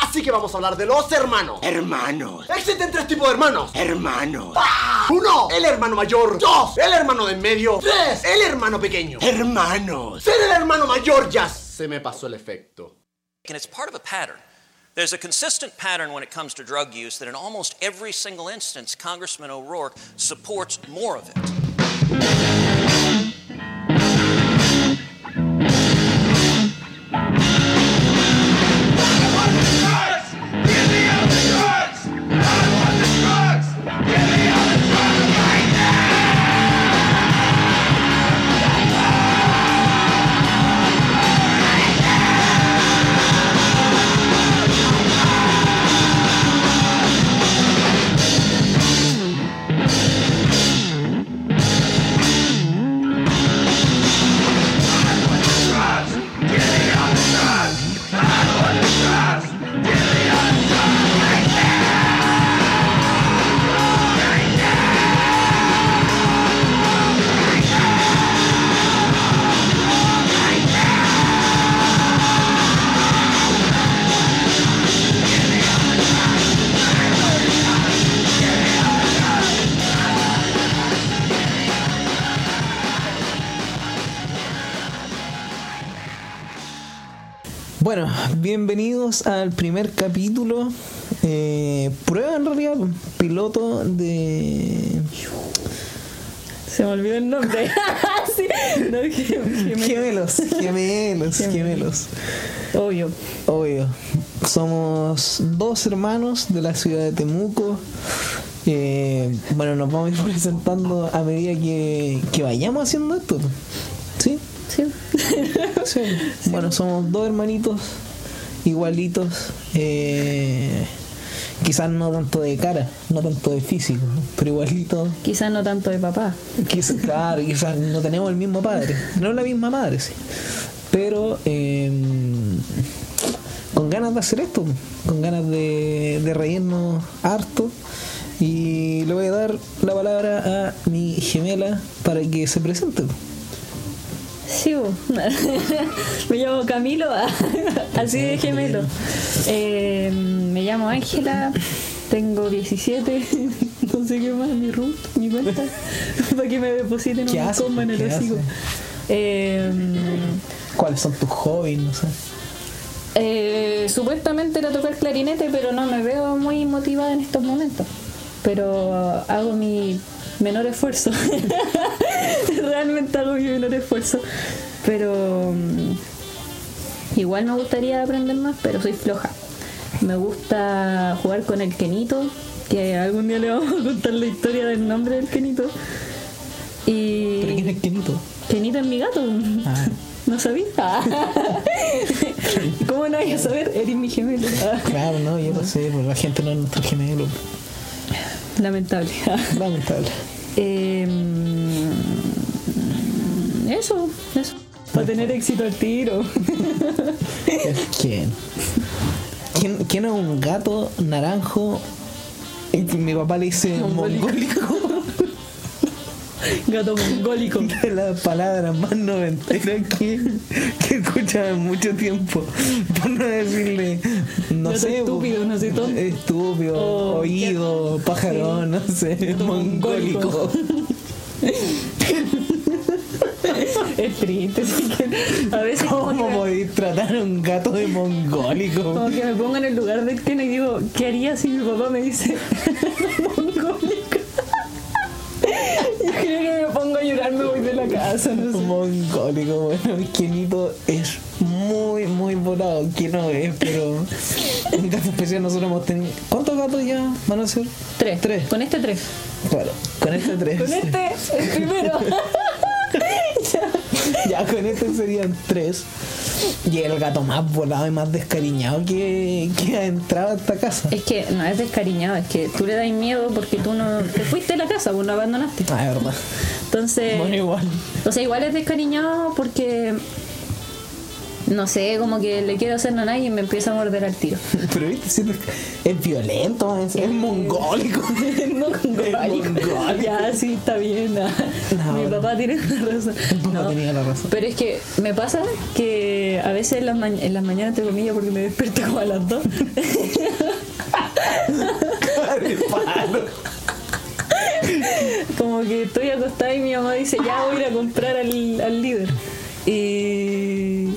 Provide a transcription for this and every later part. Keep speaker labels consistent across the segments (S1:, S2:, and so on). S1: Así que vamos a hablar de los hermanos.
S2: Hermanos.
S1: Existen tres tipos de hermanos.
S2: Hermanos.
S1: ¡Ah! Uno, el hermano mayor. Dos, el hermano de en medio. Tres, el hermano pequeño.
S2: Hermanos.
S1: Ser el hermano mayor ya se me pasó el efecto.
S3: And it's part of a pattern. There's a consistent pattern when it comes to drug use that in almost every single instance, Congressman O'Rourke supports more of it.
S4: Bueno, bienvenidos al primer capítulo. eh, prueba en realidad, piloto de.
S5: Se me olvidó el nombre. sí. No, que- que me-
S4: Gemelos, gemelos, gemelos.
S5: Obvio.
S4: Obvio. Somos dos hermanos de la ciudad de Temuco. Eh, bueno, nos vamos a ir presentando a medida que, que vayamos haciendo esto. ¿Sí?
S5: Sí.
S4: Sí. Bueno, somos dos hermanitos igualitos. eh, quizás no tanto de cara, no tanto de físico, ¿no? pero igualitos.
S5: Quizás no tanto de papá.
S4: Quizás, claro, quizás no tenemos el mismo padre, no la misma madre, sí. Pero eh, con ganas de hacer esto, con ganas de, de reírnos harto. Y le voy a dar la palabra a mi gemela para que se presente.
S5: Sí, bo. me llamo Camilo, así de gemelo. Eh, me llamo Ángela, tengo 17, no sé qué más, mi root, mi cuenta, para que me depositen
S4: ¿Qué
S5: un
S4: haces?
S5: combo en el
S4: ¿Qué
S5: hocico.
S4: haces?
S5: Eh,
S4: ¿Cuáles son tus hobbies? No sé.
S5: eh, supuestamente era tocar clarinete, pero no me veo muy motivada en estos momentos. Pero hago mi menor esfuerzo. Realmente hago mi menor esfuerzo. Pero mm, igual me gustaría aprender más, pero soy floja. Me gusta jugar con el Kenito, que algún día le vamos a contar la historia del nombre del Kenito. Y...
S4: ¿Pero quién es Kenito?
S5: Kenita es mi gato.
S4: Ah.
S5: ¿No sabías? ¿Cómo no ibas a saber? Eres mi gemelo. Ah,
S4: Claro, no, yo no sé, porque la gente no es nuestro gemelo.
S5: Lamentable.
S4: Lamentable.
S5: Eh, eso, eso. Para tener éxito al tiro.
S4: ¿Quién? ¿Quién, quién es un gato naranjo? Y que Mi papá le dice mongólico.
S5: Gato mongólico.
S4: Es la palabra más noventera que, que he escuchado en mucho tiempo. Por no decirle, no
S5: Gato
S4: sé. pues, Eh.
S5: estúpido, no sé, tonto.
S4: Estúpido,
S5: O-
S4: oído, pájaro,
S5: Sí.
S4: no sé.
S5: Gato mongólico.
S4: Mongólico.
S5: Es triste. sí que- A veces
S4: ¿Cómo
S5: como que,
S4: podéis tratar a un gato de mongólico?
S5: como que me pongo en el lugar del Ken y digo, ¿qué haría si mi papá me dice mongólico? Yo creo que me pongo a llorar, me voy de la casa, no sé.
S4: Mongólico, bueno, el Kenito es muy, muy volado. Que no es, pero un gato especial nosotros hemos tenido. ¿Cuántos gatos ya van a ser?
S5: Tres.
S4: Tres.
S5: Con este tres.
S4: Claro, con este tres.
S5: Con este el primero.
S4: Ya con este serían tres. Y el gato más volado y más descariñado que, que ha entrado a esta casa.
S5: es que no es descariñado, es que tú le das miedo porque tú no te fuiste de la casa, vos no abandonaste.
S4: Ah, es verdad.
S5: Entonces,
S4: Bueno, igual.
S5: o sea, igual es descariñado porque no sé, como que le quiero hacer naná y me empieza a morder al tiro.
S4: Pero viste, sí, es violento, es, es mongólico.
S5: Es mongólico.
S4: mongólico.
S5: Ya, sí, está bien. ah.
S4: No,
S5: Mi
S4: no.
S5: papá tiene la razón.
S4: Tu papá tenía la razón.
S5: Pero es que me pasa que a veces en las, ma- en las mañanas, entre comillas, porque me despierto como a las 2.
S4: De palo.
S5: como que estoy acostada y mi mamá dice, ya voy a ir a comprar al, al líder. Y,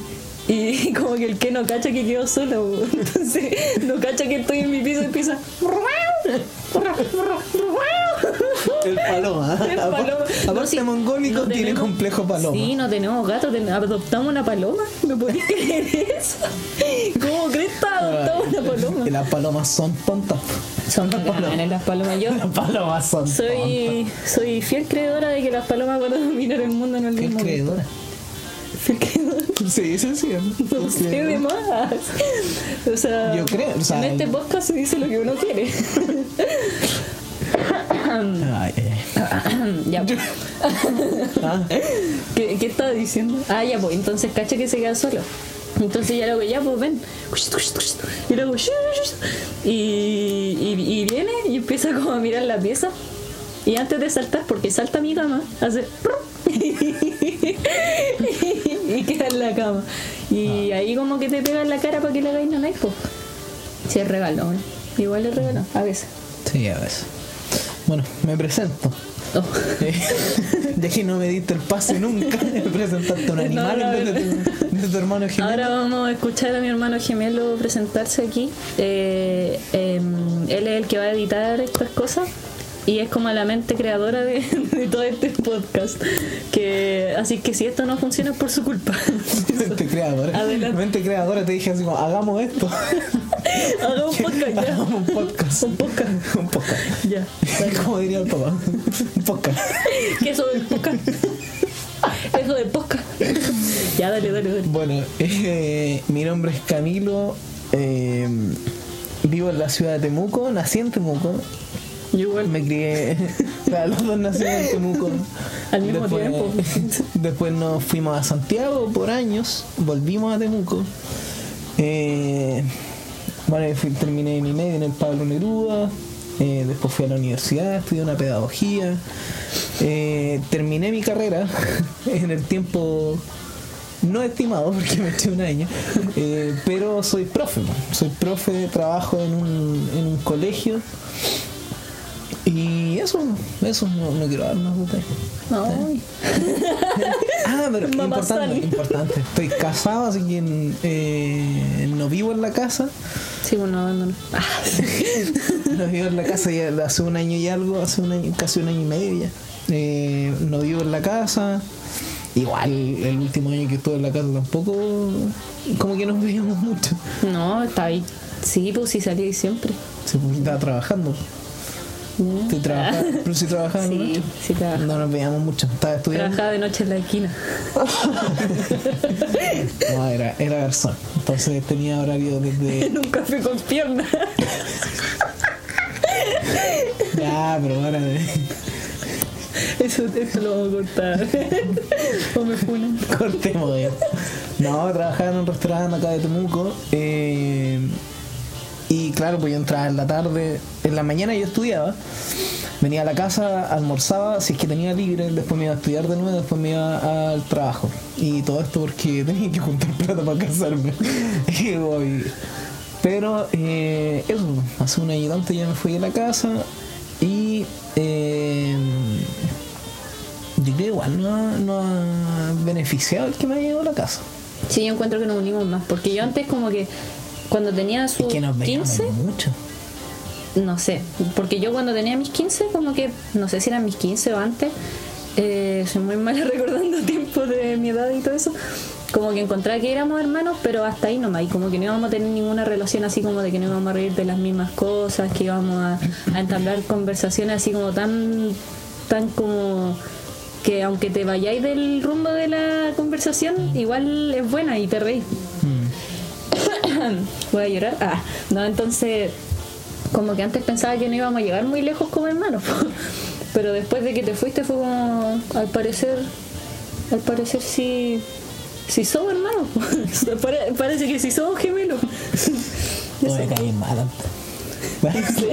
S5: y como que el que no cacha que quedó solo, entonces no cacha que estoy en mi piso y empieza...
S4: El paloma.
S5: Es
S4: Apar-
S5: paloma.
S4: Aparte,
S5: No, sí,
S4: mongólico
S5: no
S4: tiene
S5: tenemos-
S4: complejo paloma.
S5: Sí, no tenemos gato, ten- adoptamos una paloma. ¿No podéis creer eso? ¿Cómo crees que adoptamos una paloma?
S4: Que las palomas son tontas.
S5: Son bacanas las palomas. Yo
S4: Las palomas son
S5: soy, soy fiel creedora de que las palomas van a dominar el mundo en el
S4: tontas.
S5: mismo
S4: ¿Qué creedora?
S5: Fiel creedora.
S4: Sí, eso es cierto.
S5: No sé de más. O sea,
S4: Yo creo, o sea,
S5: en este podcast se dice lo que uno quiere.
S4: Ay, ay,
S5: ya. pues.
S4: Ah.
S5: ¿Qué, qué estaba diciendo? Ah, ya, pues entonces cacha que se queda solo. Entonces ya luego, ya, pues ven. Y luego, y, y, y viene y empieza como a mirar la pieza. Y antes de saltar, porque salta a mi cama, hace. y queda en la cama. Y ahí como que te pega en la cara para que le hagáis nada, pues. Sí, es regalo, ¿eh? Igual es regalo, a veces.
S4: Sí, a veces. Bueno, me presento.
S5: Oh.
S4: Eh, ya que no me diste el pase nunca de presentarte a un
S5: No,
S4: animal
S5: no,
S4: en vez de tu, de tu hermano gemelo.
S5: Ahora vamos a escuchar a mi hermano gemelo presentarse aquí. Eh, em, él es el que va a editar estas cosas y es como la mente creadora de, de todo este podcast. Que, así que si esto no funciona es por su culpa.
S4: Mente creadora.
S5: Adelante.
S4: Mente creadora te dije así como, hagamos esto.
S5: Hagamos un podcast ya.
S4: Hagamos un podcast.
S5: Un podcast.
S4: un podcast.
S5: Ya.
S4: Como diría el papá. Un podcast.
S5: Que eso del podcast. Eso del podcast. Ya, dale, dale, dale.
S4: Bueno, eh, mi nombre es Camilo. eh, vivo en la ciudad de Temuco. Nací en Temuco.
S5: Yo igual
S4: Me crié. o sea, los dos nacimos en Temuco.
S5: Al mismo tiempo.
S4: eh, Después nos fuimos a Santiago por años. Volvimos a Temuco. Eh, bueno, y fui- terminé mi medio en el Pablo Neruda. eh, después fui a la universidad, estudié una pedagogía. eh, terminé mi carrera en el tiempo no estimado porque me eché un año, eh, pero soy profe. Soy profe, trabajo en un, en un colegio. Y eso, eso no, no quiero dar más detalles.
S5: Ay.
S4: Ah, pero
S5: Mamá
S4: importante,
S5: Sally.
S4: importante. Estoy casado, así que eh, no vivo en la casa.
S5: Sí, bueno, abandono. Ah,
S4: no vivo en la casa ya hace un año y algo, hace un año, casi un año y medio ya. Eh, no vivo en la casa. Igual el último año que estuve en la casa tampoco como que nos veíamos mucho.
S5: No, está ahí. Sí, pues sí salí siempre.
S4: Se pues, estaba trabajando. Estoy trabajando, pero si trabajaba en la
S5: Sí,
S4: noche.
S5: sí trabajaba.
S4: No nos veíamos mucho, estaba estudiando.
S5: Trabajaba de noche en la esquina.
S4: No, era, era garzón. Entonces tenía horario desde.
S5: En un café con piernas.
S4: Ya, pero ahora.
S5: Eso, eso lo vamos a cortar. o me funan.
S4: Cortemos esto. No, trabajaba en un restaurante acá de Temuco. eh, y claro, pues yo entraba en la tarde. En la mañana yo estudiaba. Venía a la casa, almorzaba, si es que tenía libre, después me iba a estudiar de nuevo, después me iba al trabajo. Y todo esto porque tenía que juntar plata para casarme. Y voy. Pero eh, eso, hace un año y tanto ya me fui de la casa y eh, yo creo que igual no ha, no ha beneficiado el que me ha llegado a la casa.
S5: Sí, yo encuentro que nos unimos más. Porque yo antes como que cuando tenía
S4: Es
S5: sus
S4: que nos veíamos
S5: 15,
S4: mucho.
S5: no sé. Porque yo cuando tenía mis 15, como que, no sé si eran mis 15 o antes, eh, soy muy mala recordando tiempo de mi edad y todo eso. Como que encontraba que éramos hermanos, pero hasta ahí nomás. Y como que no íbamos a tener ninguna relación así como de que no íbamos a reír de las mismas cosas, que íbamos a, a entablar conversaciones así como tan, tan como que aunque te vayáis del rumbo de la conversación, igual es buena y te reís. Voy a llorar. Ah, no, entonces, como que antes pensaba que no íbamos a llegar muy lejos como hermanos. po. Pero después de que te fuiste fue como, al parecer, al parecer sí, Si somos hermanos, Pare- parece que si somos gemelos. Eso.
S4: No me caes mal. La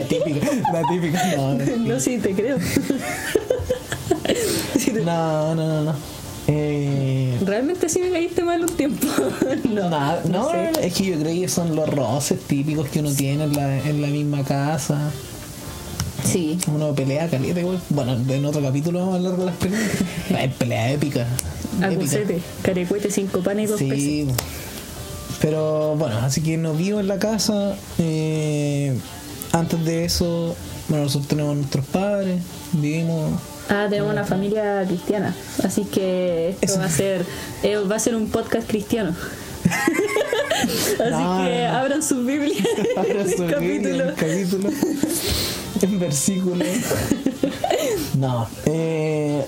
S4: típica, la típica. No, no.
S5: No, sí, te creo. Sí, te-
S4: No, no, no, no. Eh,
S5: Realmente sí me caíste mal un tiempo. No,
S4: nada, no,
S5: sé.
S4: es que yo creo que son los roces típicos que uno tiene en la, en la misma casa.
S5: Sí,
S4: Uno pelea caliente, igual. Bueno, en otro capítulo vamos a hablar de las peleas. Hay pelea épica. épica.
S5: acusete, carecuete, cinco panes y dos peces.
S4: Sí. Pero bueno, así que nos vimos en la casa. eh, antes de eso, bueno, nosotros tenemos a nuestros padres. Vivimos.
S5: Ah, tenemos una familia cristiana, así que esto
S4: Eso.
S5: va a ser eh, va a ser un podcast cristiano. así
S4: No,
S5: que
S4: no, no.
S5: abran sus Biblias en
S4: Ahora
S5: el
S4: subí
S5: capítulo.
S4: el capítulo. En versículo. No. eh,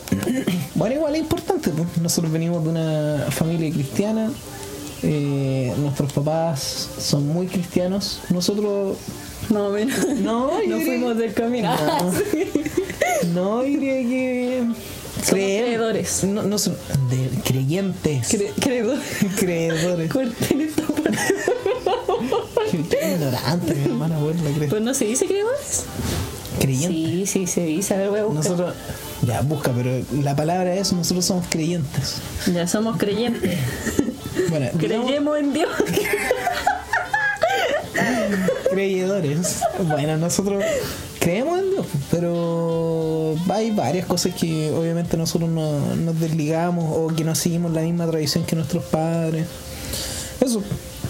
S4: bueno, igual es importante. pues. Nosotros venimos de una familia cristiana. eh, nuestros papás son muy cristianos. Nosotros
S5: Más o menos.
S4: No, yo
S5: Nos
S4: diría-
S5: fuimos del camino.
S4: No.
S5: Sí.
S4: no diría que.
S5: Somos creedores.
S4: No, no son. de- creyentes.
S5: Cre- creedor.
S4: creedores.
S5: Corten esta parte.
S4: Qué ignorante, mi hermana, bueno, la cre-
S5: Pues no se dice creedores.
S4: Creyente.
S5: Sí, sí, se dice. A ver, voy a buscar.
S4: Nosotros. Ya, busca, pero la palabra es: nosotros somos creyentes.
S5: Ya somos creyentes.
S4: Bueno, digamos-
S5: Creyemos en Dios.
S4: creedores. Bueno, nosotros creemos en Dios, pero hay varias cosas que obviamente nosotros no- nos desligamos o que no seguimos la misma tradición que nuestros padres. Eso.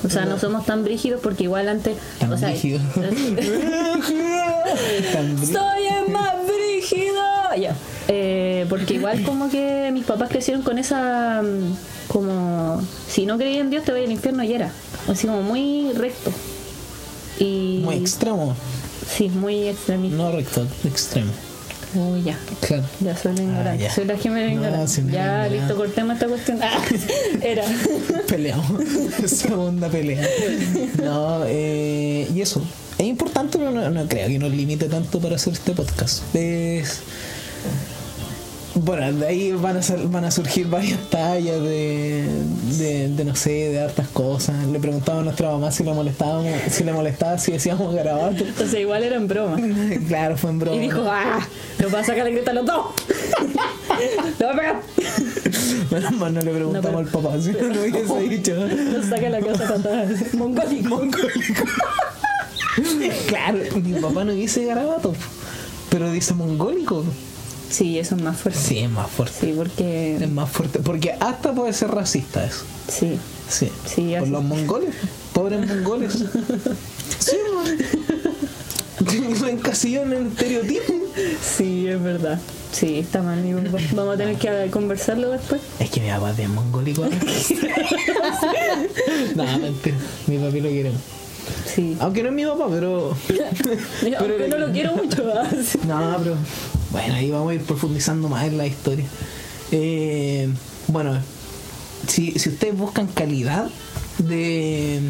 S5: O sea, no somos tan brígidos porque igual antes.
S4: Tan
S5: o sea,
S4: brígido. Tan bri-
S5: ¡Soy el más brígido! Ya. Eh, porque igual como que mis papás crecieron con esa. mm, Como. Si no creí en Dios, te voy al infierno y era. Así como muy recto. Y.
S4: Muy extremo.
S5: Sí, muy extremista.
S4: No recto, extremo.
S5: Uy, ya.
S4: Claro.
S5: Ya soy la ignorante.
S4: Ah, ya.
S5: Soy la gemela
S4: No,
S5: ignorante.
S4: si no eres
S5: ya,
S4: ignorante.
S5: listo, cortemos esta cuestión. Ah, era.
S4: Peleamos. Segunda pelea. No, eh, y eso. Es importante, pero no, no creo que nos limite tanto para hacer este podcast. Es. Bueno, de ahí van a, sal- van a surgir varias tallas de, de, de, no sé, de hartas cosas. Le preguntaba a nuestra mamá si le molestábamos, si le molestaba si decíamos garabato.
S5: Entonces igual era en broma.
S4: claro, fue en broma.
S5: Y dijo, ¡ah! Nos va a sacar la grieta a los dos. Lo va a pegar.
S4: Menos mal no le preguntamos
S5: No,
S4: al papá, si no lo hubiese dicho.
S5: Nos saca la casa patada. Mongólico.
S4: Claro, mi papá no dice garabato, pero dice mongólico.
S5: Sí, eso es más fuerte.
S4: Sí, es más fuerte.
S5: Sí, porque.
S4: Es más fuerte, porque hasta puede ser racista eso.
S5: Sí.
S4: Sí.
S5: Sí,
S4: Por
S5: así.
S4: los mongoles, pobres mongoles. Sí, mon. Lo encasillan en el estereotipo.
S5: Sí, es verdad. Sí, está mal, mi papá. Vamos a tener que conversarlo después.
S4: Es que mi papá es bien mongólico. no, mentira. Mi papi lo quiere.
S5: Sí.
S4: Aunque no es mi papá, pero.
S5: Aunque no lo quiero mucho. ah, sí.
S4: No, pero bueno, ahí vamos a ir profundizando más en la historia. Eh, bueno, si, si ustedes buscan calidad de,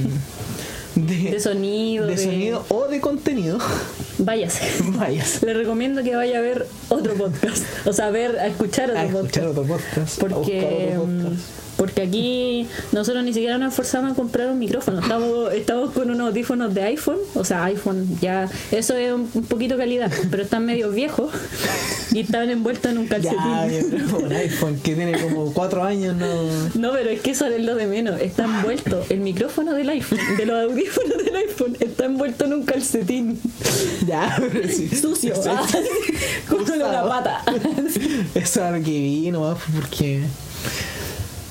S4: de,
S5: De sonido.
S4: de sonido o de contenido,
S5: Váyase.
S4: vayas
S5: Le recomiendo que vaya a ver otro podcast. O sea, a ver, a escuchar otro
S4: a
S5: podcast.
S4: escuchar otro podcast, a buscar
S5: Porque,
S4: otro podcast.
S5: mm, porque aquí nosotros ni siquiera nos esforzamos a comprar un micrófono. Estamos, estamos con unos audífonos de iPhone. O sea, iPhone ya. Eso es un, un poquito calidad, pero están medio viejos y están envueltos en un calcetín.
S4: Ya, pero un iPhone que tiene como cuatro años, no.
S5: No, pero es que eso es lo de menos. Está envuelto. El micrófono del iPhone, de los audífonos del iPhone, está envuelto en un calcetín
S4: Ya, pero sí.
S5: sucio.
S4: Eso,
S5: ah, con olor a
S4: Usado.
S5: pata.
S4: eso es lo que vi nomás, porque.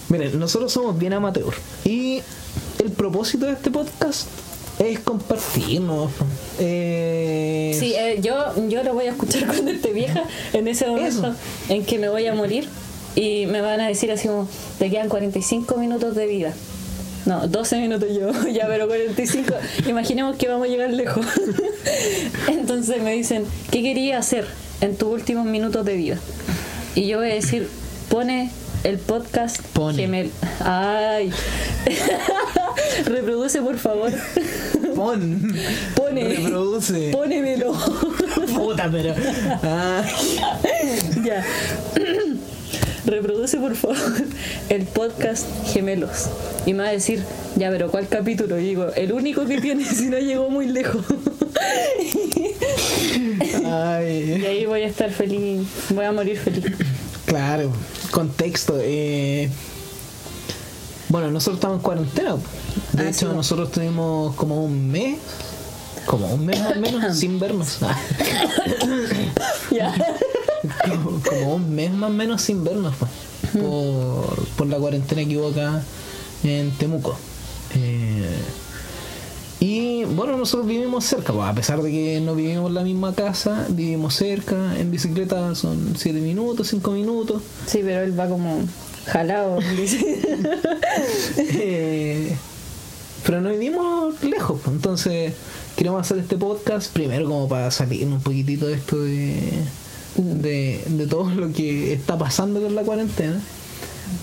S4: Miren, nosotros somos bien amateur. Y el propósito de este podcast es compartir nomás. po. Eh,
S5: Sí, eh, yo, yo lo voy a escuchar cuando esté vieja, en ese momento
S4: Eso.
S5: en que me voy a morir y me van a decir así como, te quedan 45 minutos de vida. No, 12 minutos yo, ya, pero 45. Imaginemos que vamos a llegar lejos. Entonces me dicen, ¿qué querías hacer en tus últimos minutos de vida? Y yo voy a decir, pone el podcast
S4: Pone.
S5: Gemel. Ay. Reproduce, por favor.
S4: Pon.
S5: Pone.
S4: Reproduce.
S5: Pónemelo.
S4: Puta, pero. Ay,
S5: Ya. reproduce por favor el podcast Gemelos. Y me va a decir, ya, pero ¿cuál capítulo? Y digo, el único que tiene si no llegó muy lejos. Y
S4: Ay,
S5: ahí voy a estar feliz, voy a morir feliz.
S4: claro, contexto. eh, Bueno, nosotros estamos en cuarentena. De
S5: Ah,
S4: hecho,
S5: sí.
S4: nosotros tuvimos como un mes, como un mes más o menos, sin vernos.
S5: Ya.
S4: como, como un mes más o menos sin vernos, pues, por, por la cuarentena que hubo acá en Temuco. Eh, y bueno, nosotros vivimos cerca, pues, a pesar de que no vivimos en la misma casa, vivimos cerca, en bicicleta son 7 minutos, 5 minutos.
S5: Sí, pero él va como jalado. dice.
S4: Eh, pero no vivimos lejos, pues, entonces queremos hacer este podcast primero como para salir un poquitito de esto de, de, de todo lo que está pasando con la cuarentena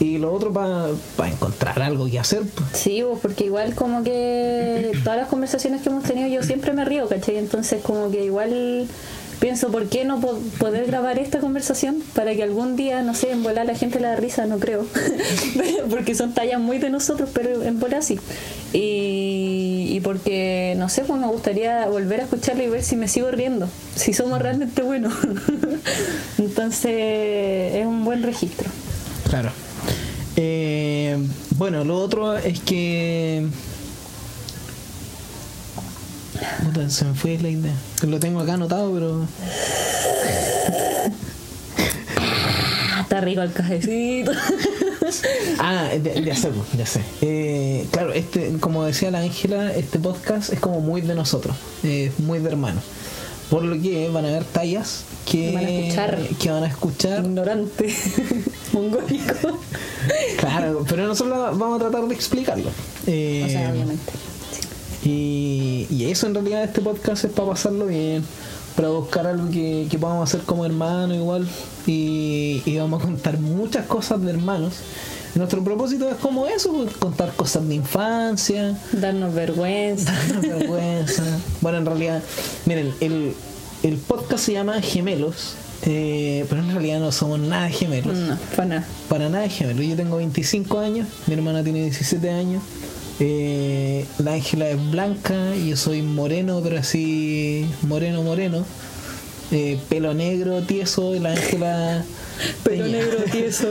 S4: y lo otro para encontrar algo que hacer. pues.
S5: Sí, pues, porque igual como que todas las conversaciones que hemos tenido yo siempre me río, ¿cachai? Entonces como que igual pienso, ¿por qué no po- poder grabar esta conversación para que algún día, no sé, en volar la gente la da risa? No creo, porque son tallas muy de nosotros, pero en volar sí. Y, y porque, no sé, pues me gustaría volver a escucharlo y ver si me sigo riendo, si somos realmente buenos. Entonces es un buen registro.
S4: Claro. Eh, bueno, lo otro es que... Puta, se me fue la idea. Lo tengo acá anotado, pero...
S5: Ah, está rico el cafecito.
S4: Ah, ya, ya sé, pues, ya sé. Eh, claro, este, como decía la Ángela, este podcast es como muy de nosotros, eh, muy de hermanos. Por lo que van a haber tallas que
S5: Van a escuchar.
S4: Que van a escuchar.
S5: ignorante, mongólico.
S4: Claro, pero nosotros la- vamos a tratar de explicarlo. Eh,
S5: o sea, obviamente.
S4: Y, y eso en realidad este podcast es para pasarlo bien, para buscar algo que, que podamos hacer como hermanos igual. Y, y vamos a contar muchas cosas de hermanos. Y Nuestro propósito es como eso, pues, contar cosas de infancia,
S5: Darnos vergüenza.
S4: Ah, vergüenza. Bueno, en realidad, miren, el, el podcast se llama Gemelos, eh, pero en realidad no somos nada gemelos.
S5: No, para nada.
S4: Para nada es gemelo. Yo tengo 25 años, mi hermana tiene 17 años. eh, la Ángela es blanca, yo soy moreno, pero así moreno, moreno. eh, pelo negro, tieso, y la Ángela.
S5: Pero
S4: teñida.
S5: negro tieso.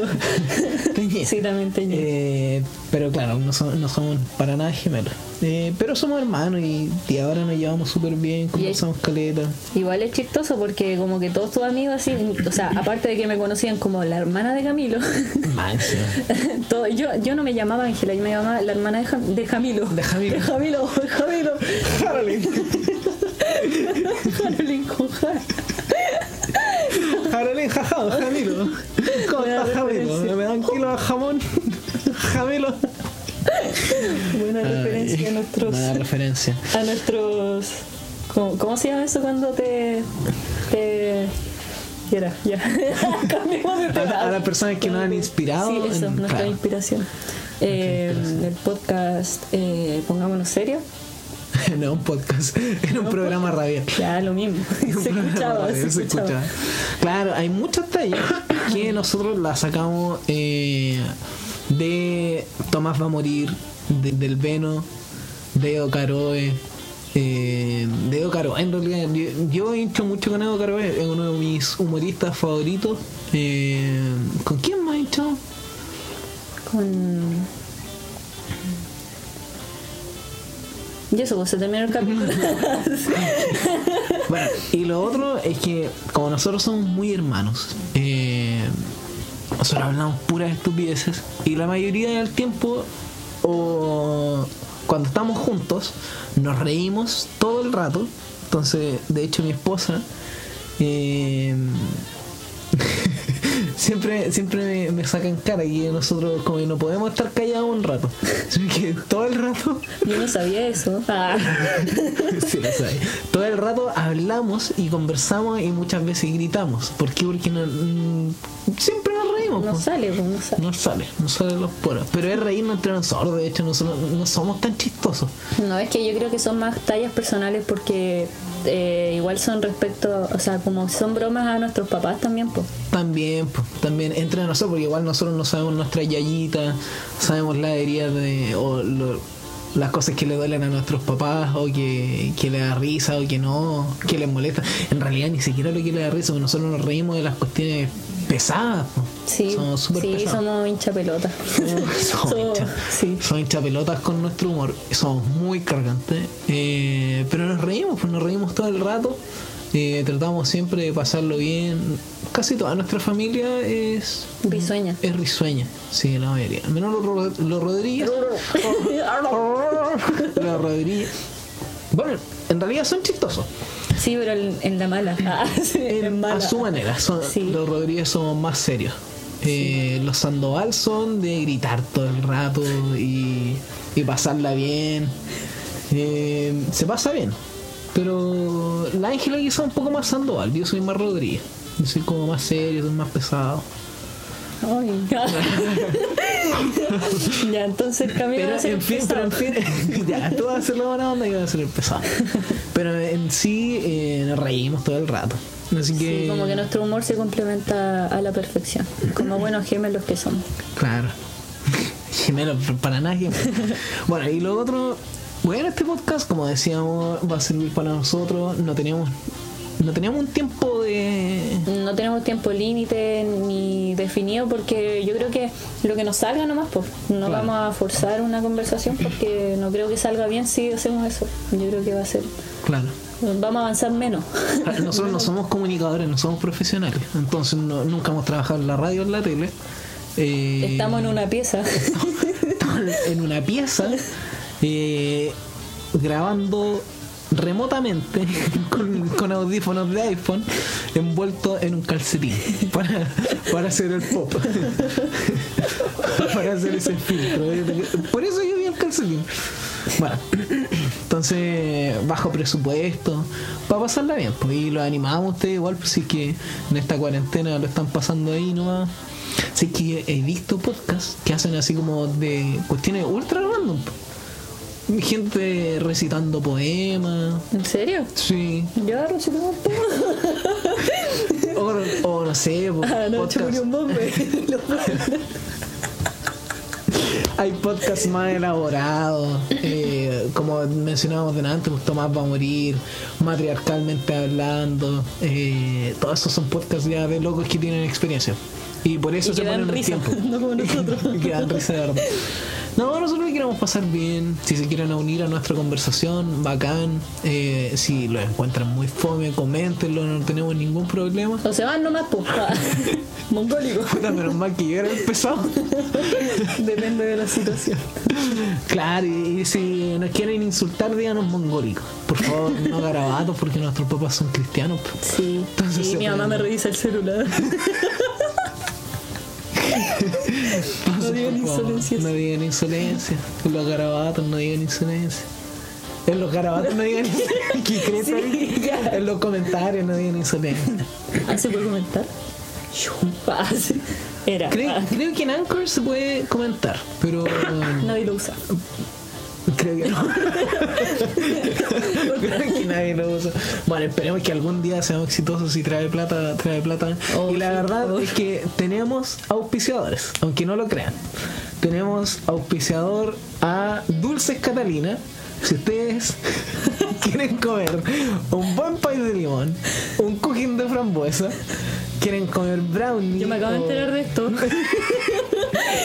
S4: Teñida.
S5: Sí, también teñido.
S4: Eh, pero claro, no, so- no somos para nada gemelos. Eh, pero somos hermanos y, y ahora nos llevamos súper bien, conversamos caleta.
S5: Igual es chistoso porque como que todos tus amigos así, o sea, aparte de que me conocían como la hermana de Camilo,
S4: Manso.
S5: todo- yo, yo no me llamaba Ángela, yo me llamaba la hermana de, Jam- de Jamilo.
S4: De Jamilo.
S5: De Jamilo, de Jamilo. Harolín con J.
S4: Harolín, jaja, Jamilo. ¿Cómo
S5: Me da
S4: estás, Jamilo?
S5: referencia.
S4: ¿Me dan kilo de jamón? Jamilo.
S5: Buena referencia a nuestros...
S4: Buena referencia.
S5: a nuestros. ¿Cómo, cómo se llama eso cuando te. te. y era, ya. Cambiamos de
S4: A,
S5: tema.
S4: a las personas que nos han inspirado.
S5: Sí, eso,
S4: en-
S5: nuestra
S4: claro.
S5: inspiración. Eh, el podcast, eh, pongámonos serio.
S4: no era un podcast, era un programa radial.
S5: Ya, lo mismo.
S4: Un
S5: se
S4: programa
S5: escuchaba,
S4: radial,
S5: se escuchaba.
S4: Claro, hay muchas tallas que nosotros las sacamos eh, de Tomás va a morir, de- del Veno, de Ocaroe. eh, de Edo Caroe. en realidad yo, yo hincho mucho con Edo Caroe, es uno de mis humoristas favoritos. Eh, ¿Con quién más hincho?
S5: Con. Y eso, pues se terminó el capítulo.
S4: Bueno, y lo otro es que como nosotros somos muy hermanos, eh, nosotros hablamos puras estupideces y la mayoría del tiempo o cuando estamos juntos nos reímos todo el rato. Entonces, de hecho, mi esposa eh, siempre siempre me, me saca en cara y nosotros como que no podemos estar callados un rato. Así que todo el rato
S5: Yo no sabía eso. Ah.
S4: Sí, lo sabe. Todo el rato hablamos y conversamos y muchas veces gritamos. ¿Por qué? Porque no- mm, siempre nos reímos. salimos.
S5: No
S4: po.
S5: sale, pues, no sale.
S4: No sale, no sale los poros. Pero es reírnos entre nosotros, de hecho, nosotros no somos tan chistosos.
S5: No, es que yo creo que son más tallas personales porque eh, igual son respecto, o sea, como son bromas a nuestros papás también, pues.
S4: También, pues, también entre nosotros, porque igual nosotros no sabemos nuestras yayitas, sabemos las heridas de, o lo- las cosas que le duelen a nuestros papás, o que, que le da risa, o que no, que les molesta. En realidad ni siquiera lo que le da risa, porque nosotros nos reímos de las cuestiones pesadas. pues.
S5: Sí,
S4: somos súper
S5: sí,
S4: pesados.
S5: somos hincha pelota.
S4: Somos hincha-
S5: sí.
S4: somos hinchapelotas con nuestro humor. Somos muy cargantes. eh, pero nos reímos, pues, nos reímos todo el rato. eh, tratamos siempre de pasarlo bien. Casi toda nuestra familia es,
S5: Bisueña.
S4: es risueña. Sí, la mayoría. Al Menos los, Ro- los Rodríguez. los Rodríguez. Bueno, en realidad son chistosos.
S5: Sí, pero en, en la mala. Ah, sí, en mala.
S4: A su manera. son-
S5: Sí.
S4: Los Rodríguez somos más serios. Eh, Los Sandoval son de gritar todo el rato y, y pasarla bien. Eh, se pasa bien. Pero la Ángela quizá un poco más Sandoval. Yo soy más Rodríguez. Yo soy como más serio, soy más pesado.
S5: Ay. ya, entonces Camilo va
S4: Pero
S5: a ser
S4: en fin, pero
S5: pesado.
S4: en fin. ya, tú vas a hacer la buena onda y yo voy a ser el pesado. Pero en sí eh, nos reímos todo el rato. Así que.
S5: Sí, como que nuestro humor se complementa a la perfección. Como buenos gemelos que somos.
S4: Claro. Gemelo, pero para nadie. Bueno, y lo otro, bueno, este podcast, como decíamos, va a servir para nosotros. No teníamos, no teníamos un tiempo de.
S5: No tenemos tiempo límite ni definido porque yo creo que lo que nos salga nomás, pues no
S4: Claro.
S5: vamos a forzar una conversación porque no creo que salga bien si hacemos eso. Yo creo que va a ser,
S4: Claro. Ah,
S5: vamos a avanzar menos.
S4: Nosotros no somos comunicadores, no somos profesionales. Entonces no- nunca hemos trabajado en la radio, en la tele. Eh,
S5: Estamos en una pieza.
S4: estamos en una pieza eh, grabando remotamente con, con audífonos de iPhone envuelto en un calcetín para, para hacer el pop para hacer ese filtro por eso yo vi el calcetín bueno entonces bajo presupuesto para pasarla bien pues, y lo animamos a ustedes igual pues si es que en esta cuarentena lo están pasando ahí nomás Así que he visto podcasts que hacen así como de cuestiones ultra random. po. Gente recitando poemas.
S5: ¿En serio?
S4: Sí.
S5: Yo ahora sí tengo un poco.
S4: O, o no sé, po-
S5: Ah, no,
S4: podcast-
S5: murió un bombe.
S4: hay podcasts más elaborados. eh, como mencionábamos delante, pues Tomás va a morir, matriarcalmente hablando. eh, todos esos son podcasts ya de locos que tienen experiencia. Y por eso
S5: Y
S4: se
S5: que dan
S4: ponen el
S5: risa,
S4: tiempo.
S5: no como nosotros.
S4: Y que dan risa de verdad. No, nosotros lo queremos pasar bien. Si se quieren unir a nuestra conversación, bacán. Eh, si lo encuentran muy fome, coméntenlo, no tenemos ningún problema.
S5: O se van nomás, pues. ah, Mongólico.
S4: Puta, menos mal que yo era el pesado.
S5: Depende de la situación.
S4: Claro, y, y si nos quieren insultar, díganos mongólicos. Por favor, no garabatos, porque nuestros papás son cristianos. po.
S5: Sí.
S4: Entonces
S5: y
S4: se
S5: mi mamá me
S4: pueden-
S5: revisa el celular.
S4: Entonces,
S5: No digan
S4: por favor,
S5: insolencias.
S4: No digan insolencia. Los garabatos no digan insolencia. En los garabatos no digan insolencia. ¿Qué crees,
S5: Sí,
S4: Ari?
S5: ya.
S4: En los comentarios no digan insolencia.
S5: Ah, ¿se puede comentar? Ah, sí. Era.
S4: Creo,
S5: Ah,
S4: creo que en Anchor se puede comentar, pero eh,
S5: nadie lo usa.
S4: creo que no. creo que nadie lo usa. Bueno, esperemos que algún día seamos exitosos y trae plata, trae plata.
S5: Oh,
S4: y la
S5: sí,
S4: verdad es que tenemos auspiciadores, aunque no lo crean. Tenemos auspiciador a Dulces Catalina. Si ustedes quieren comer un buen pay de limón, un cooking de frambuesa, quieren comer brownie.
S5: Yo me acabo de
S4: o-
S5: enterar de esto.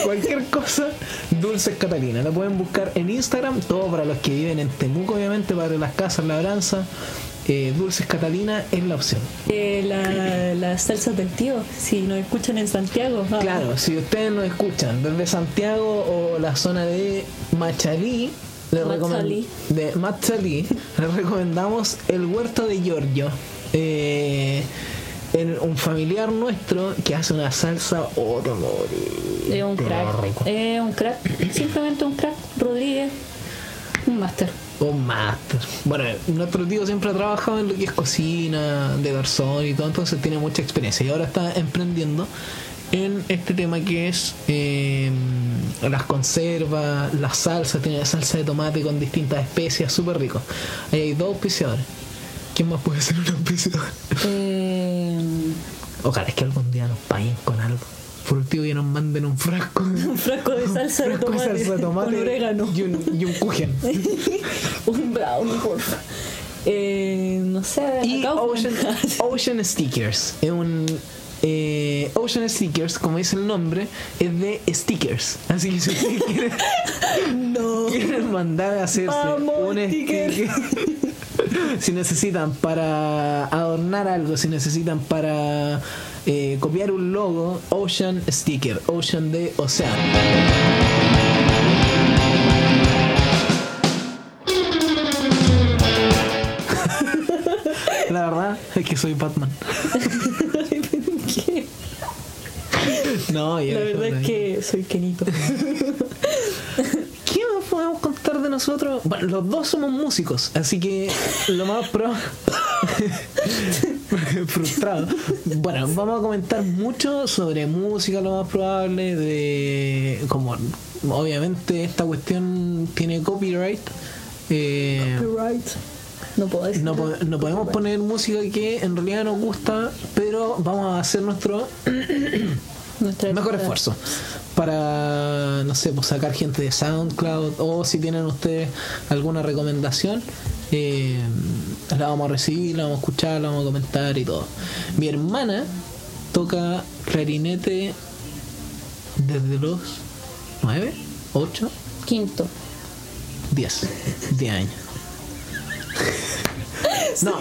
S4: Cualquier cosa, Dulces Catalina. La pueden buscar en Instagram, todo para los que viven en Temuco, obviamente, para las casas, labranza. Eh, Dulces Catalina es la opción.
S5: Eh, la- las salsas del tío, si nos escuchan en Santiago. ah,
S4: Claro, si ustedes nos escuchan desde Santiago o la zona de Machalí, les recomend-
S5: Machalí.
S4: de Machalí, les recomendamos el huerto de Giorgio. Eh, en- un familiar nuestro que hace una salsa otro
S5: Es un crack. Es un crack. Simplemente un crack. Rodríguez. Un máster.
S4: Un máster. Bueno, nuestro tío siempre ha trabajado en lo que es cocina, de garzón y todo, entonces tiene mucha experiencia. Y ahora está emprendiendo en este tema que es eh, las conservas, la salsa, tiene salsa de tomate con distintas especias, súper rico. Ahí hay dos auspiciadores. ¿Quién más puede ser un auspiciador?
S5: Eh,
S4: Ojalá es que algún día nos paguen con algo. Por último que nos manden un frasco.
S5: un frasco de salsa de
S4: frasco de
S5: tomate.
S4: salsa de tomate
S5: Con orégano.
S4: y un, y un kuchen.
S5: un brownie, porfa. Eh, no sé,
S4: Y
S5: acá
S4: Ocean, Ocean Stickers. Es un. eh, Ocean Stickers, como dice el nombre, es de stickers. Así que si ustedes quieren,
S5: No.
S4: quieren mandar a hacerse
S5: Vamos,
S4: un
S5: sticker.
S4: si necesitan para adornar algo, si necesitan para eh, copiar un logo, Ocean Sticker, Ocean de Océano. La verdad es que soy Batman.
S5: ¿Qué?
S4: No, ya
S5: La
S4: dejémoslo
S5: verdad
S4: ahí.
S5: es que soy Kenito.
S4: ¿Qué más podemos contar de nosotros? Bueno, los dos somos músicos, así que lo más pro... frustrado. Bueno, vamos a comentar mucho sobre música, lo más probable, de como obviamente esta cuestión tiene copyright. eh,
S5: Right. No puedo decir.
S4: no, po- no podemos poner música que en realidad nos gusta, pero vamos a hacer nuestro
S5: Nuestra
S4: mejor
S5: lista.
S4: esfuerzo para no sé pues sacar gente de SoundCloud o si tienen ustedes alguna recomendación eh, la vamos a recibir la vamos a escuchar la vamos a comentar y todo mi hermana toca clarinete desde los 9 8
S5: Quinto.
S4: 10 10 años no,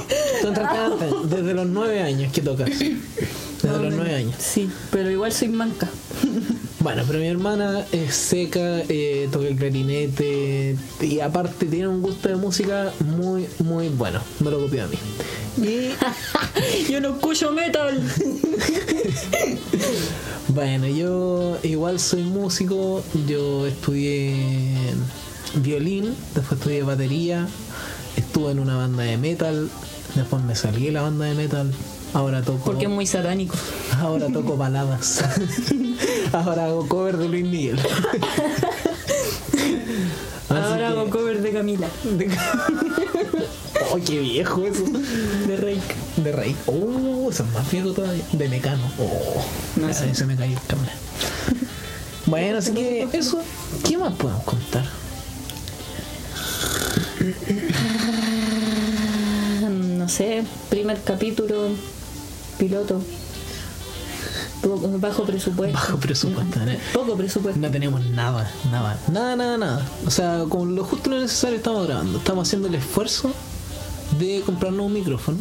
S4: tú entraste antes, desde los 9 años que tocas. Desde
S5: No,
S4: los
S5: no,
S4: 9 años.
S5: Sí, pero igual soy manca.
S4: Bueno, pero mi hermana es seca, eh, toca el clarinete y aparte tiene un gusto de música muy, muy bueno. Me lo copió a mí. Y
S5: Yo no escucho metal.
S4: bueno, yo igual soy músico, yo estudié violín, después estudié batería, estuve en una banda de metal, después me salí de la banda de metal, ahora toco...
S5: Porque es muy satánico.
S4: Ahora toco baladas. Ahora hago cover de Luis Miguel. Así
S5: Ahora
S4: Ah, que-
S5: hago cover de Camila,
S4: Oh, qué viejo eso.
S5: de Reik.
S4: De Rey. Oh, eso es más viejo todavía. De Mecano. Oh,
S5: No
S4: ya,
S5: sé.
S4: se me cayó el cámara. Bueno, así que eso. ¿Qué más podemos contar?
S5: Mm, No sé, primer capítulo, piloto. Poco- bajo presupuesto.
S4: Bajo presupuesto, ¿no?
S5: Poco presupuesto.
S4: No tenemos nada, nada, nada, nada, nada. O sea, con lo justo y lo necesario estamos grabando. Estamos haciendo el esfuerzo de comprarnos un micrófono.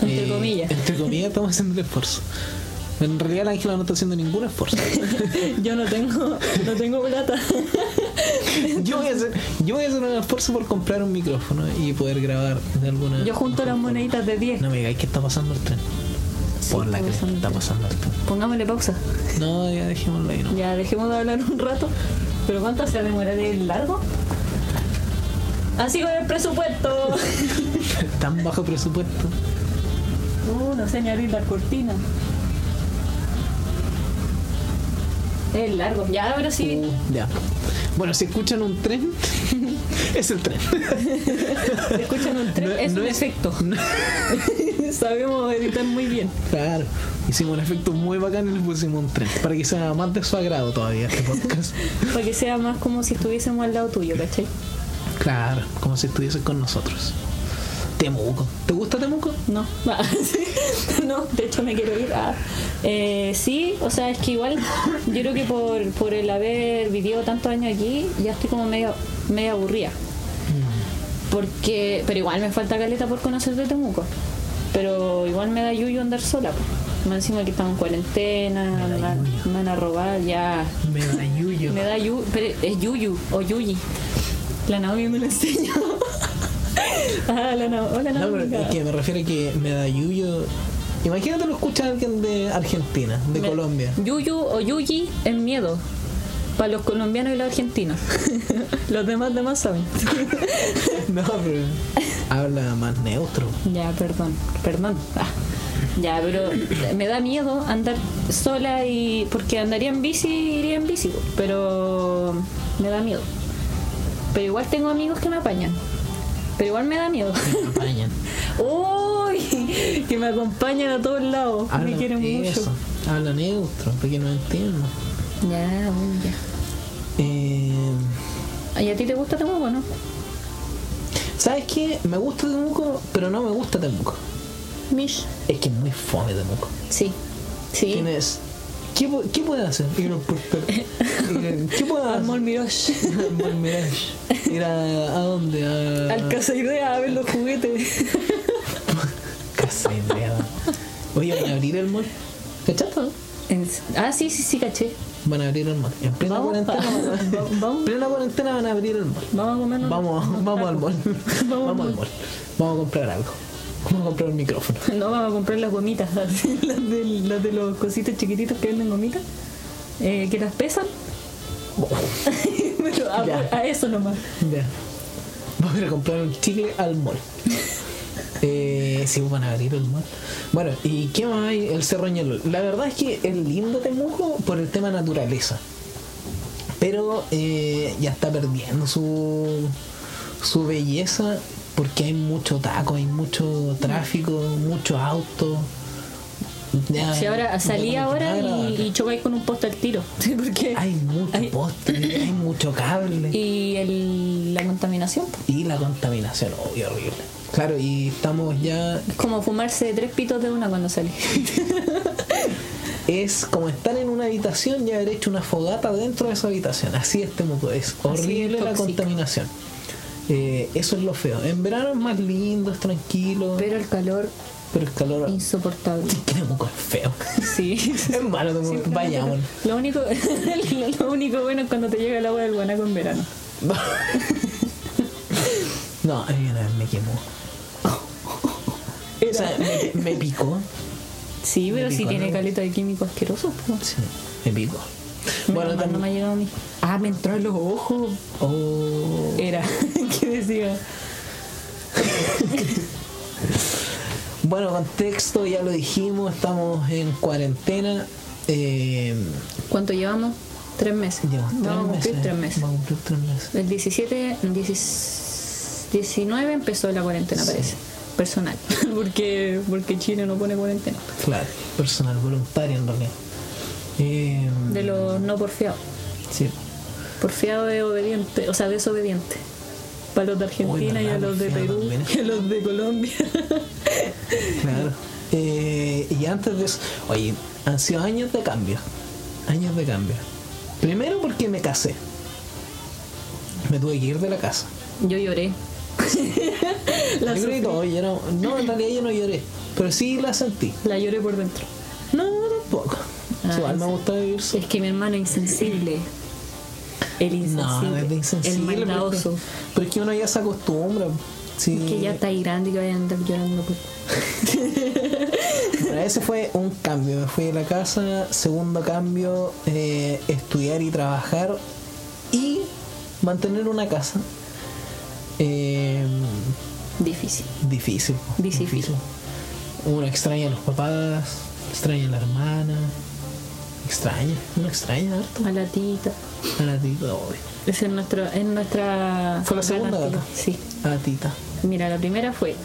S4: Eh,
S5: Entre comillas.
S4: Entre comillas, estamos haciendo el esfuerzo. En realidad, la Ángela no está haciendo ningún esfuerzo.
S5: Yo no tengo, no tengo plata.
S4: yo, voy a hacer, yo voy a hacer un esfuerzo por comprar un micrófono y poder grabar de alguna.
S5: Yo junto las moneditas de 10.
S4: No me digáis que está pasando el tren. por la
S5: está
S4: cresta,
S5: pasando
S4: está pasando
S5: el tren.
S4: el tren.
S5: Pongámosle pausa.
S4: No, ya dejémoslo ahí, ¿no?
S5: Ya dejemos de hablar un rato. ¿Pero cuánto se demora el largo? Así con el presupuesto.
S4: Tan bajo presupuesto.
S5: Uh, no sé ni abrir la cortina. Es largo. Ya, ahora sí.
S4: Ya. Bueno, si escuchan un tren, es el tren.
S5: Se escuchan un tren.
S4: No-
S5: es
S4: no
S5: un
S4: es-
S5: efecto. Sabemos editar muy bien.
S4: Claro, hicimos un efecto muy bacán y le pusimos un tren para que sea más de su agrado todavía este podcast.
S5: Para que sea más como si estuviésemos al lado tuyo, ¿cachai?
S4: claro, como si estuviese con nosotros. Temuco, ¿te gusta Temuco?
S5: No, Ah, sí. no, de hecho me quiero ir. Ah. Eh, sí, o sea, es que igual yo creo que por, por el haber vivido tantos años aquí, ya estoy como medio, medio aburrida. Porque, pero igual me falta caleta por conocer de Temuco. Pero igual me da yuyo andar sola. pues. Más encima que estamos en cuarentena, me, van- me van a robar, ya.
S4: Me da yuyo.
S5: Me da yu, pero es yuyu o yuyi. La Naomi me lo enseñó. ah, la Naomi. Hola,
S4: No,
S5: Naomi.
S4: pero es que me refiero a que me da yuyo. Imagínate lo escucha alguien de Argentina, de
S5: Me-
S4: Colombia.
S5: Yuyu o Yuyi es miedo. Para los colombianos y los argentinos. los demás, demás saben.
S4: No, pero habla más neutro.
S5: Ya, perdón, perdón. Ah, Ya, pero me da miedo andar sola y. porque andaría en bici, iría en bici, pero me da miedo. Pero igual tengo amigos que me apañan. Pero igual me da miedo.
S4: Apañan.
S5: ¡Uy! Que me acompañan a todos lados. me
S4: Habla-
S5: quieren
S4: Ah, eso,
S5: mucho.
S4: Habla neutro, porque no entiendo.
S5: Ya, uy, ya.
S4: Eh,
S5: ¿Y a ti te gusta Temuco, no?
S4: ¿Sabes qué? Me gusta Temuco, pero no me gusta Temuco.
S5: Mish.
S4: Es que es muy fome Temuco.
S5: Sí. Sí.
S4: Tienes. ¿Qué, pu- qué puede hacer? Ir a un portal. Ir a- ¿Qué puede hacer?
S5: Amor Mirosh.
S4: Al Mirage. Ir a. ¿A dónde? A.
S5: Al casa idea a ver los juguetes.
S4: Casa Idea. Oye, van a abrir el mall. ¿Cachaste? no?
S5: En- Ah, sí, sí, sí, caché.
S4: Van a abrir el mall. En plena
S5: Vamos pa-
S4: cuarentena. van a-
S5: vamos-
S4: En plena cuarentena van a abrir el mall.
S5: Vamos a comer
S4: Vamos, vamos al mall. Vamos al mall. Vamos a comprar algo. Vamos a comprar un micrófono.
S5: No, vamos a comprar las gomitas, así, las de, las de los cositos chiquititos que venden gomitas, eh, que las pesan. Pero a,
S4: Ya.
S5: a eso nomás.
S4: Ya. Vamos a ir a comprar un chicle al mall. Eh, sí, van a abrir el mall. Bueno, ¿y qué más hay? El Cerro Ñelol. La verdad es que es lindo Temuco por el tema naturaleza. Pero eh, ya está perdiendo su, su belleza porque hay mucho taco, hay mucho tráfico, mucho auto. Ya,
S5: Si ahora salí
S4: ya no es
S5: ahora
S4: nada.
S5: y, y chocáis con un poste al tiro. Sí, Porque
S4: Hay mucho
S5: hay-
S4: poste, hay mucho cable.
S5: y el- la contaminación. po.
S4: Y la contaminación, obvio, horrible. Claro, y estamos ya.
S5: Es como fumarse tres pitos de una cuando salís.
S4: Es como estar en una habitación y haber hecho una fogata dentro de esa habitación. Así es Temuco, es horrible la
S5: tóxico.
S4: contaminación. Eh, eso es lo feo. En verano es más lindo, es tranquilo, pero,
S5: Pero el calor
S4: el calor.
S5: insoportable.
S4: Temuco es feo.
S5: Sí.
S4: Es malo Temuco.
S5: Simplemente-
S4: Vayamos.
S5: Lo único, lo único bueno es cuando te llega el agua del guanaco en verano.
S4: No, a mí una vez me quemó. O sea, me, me picó.
S5: Sí, pero
S4: Me
S5: si
S4: picó,
S5: tiene
S4: ¿no?
S5: caleta de químico asqueroso. po.
S4: Sí, me picó. Bueno,
S5: Menos mal no
S4: también.
S5: me ha llegado a mí. Ah, me entró en los ojos.
S4: Oh.
S5: Era, ¿qué decía?
S4: Bueno, contexto, ya lo dijimos, estamos en cuarentena. eh,
S5: ¿Cuánto llevamos? Tres meses.
S4: llevamos tres
S5: Vamos a cumplir
S4: meses,
S5: tres meses.
S4: Vamos a cumplir tres meses.
S5: El 17, 10 19 empezó la cuarentena, parece. Personal. porque, porque Chile no pone cuarentena.
S4: Claro, personal, voluntario en realidad. Eh,
S5: De los no porfiados.
S4: sí.
S5: Porfiado es obediente, o sea, desobediente. Para los de Argentina y a
S4: verdad,
S5: los de
S4: porfiado
S5: Perú
S4: también.
S5: y a los de Colombia.
S4: Claro. Eh, y antes de eso, oye, han sido años de cambio. Años de cambio. Primero porque me casé. Me tuve que ir de la casa.
S5: Yo lloré.
S4: yo creo
S5: la,
S4: que
S5: sufrí.
S4: todos lloramos. No, en realidad yo no lloré. Pero sí la sentí.
S5: La lloré por dentro.
S4: No, tampoco.
S5: Ah,
S4: Su alma
S5: sí.
S4: gusta vivir sola.
S5: Es que mi hermano es insensible. El
S4: No,
S5: insensible.
S4: es de insensible.
S5: El maldadoso.
S4: porque- Pero es que uno ya se acostumbra. Sí.
S5: Que ya está ahí grande y que vaya a andar llorando. Pues.
S4: Bueno, ese fue un cambio. Me fui de la casa. Segundo cambio, eh, estudiar y trabajar. Y mantener una casa. Eh,
S5: Difícil.
S4: difícil. po,
S5: Difícil.
S4: Uno extraña a los papás, extraña a la hermana. Extraña, uno extraña harto.
S5: A la tita.
S4: A la tita, obvio.
S5: Es en, nuestro, en nuestra.
S4: Fue la segunda
S5: gana,
S4: gata.
S5: tita. Sí.
S4: A la tita.
S5: Mira, la primera fue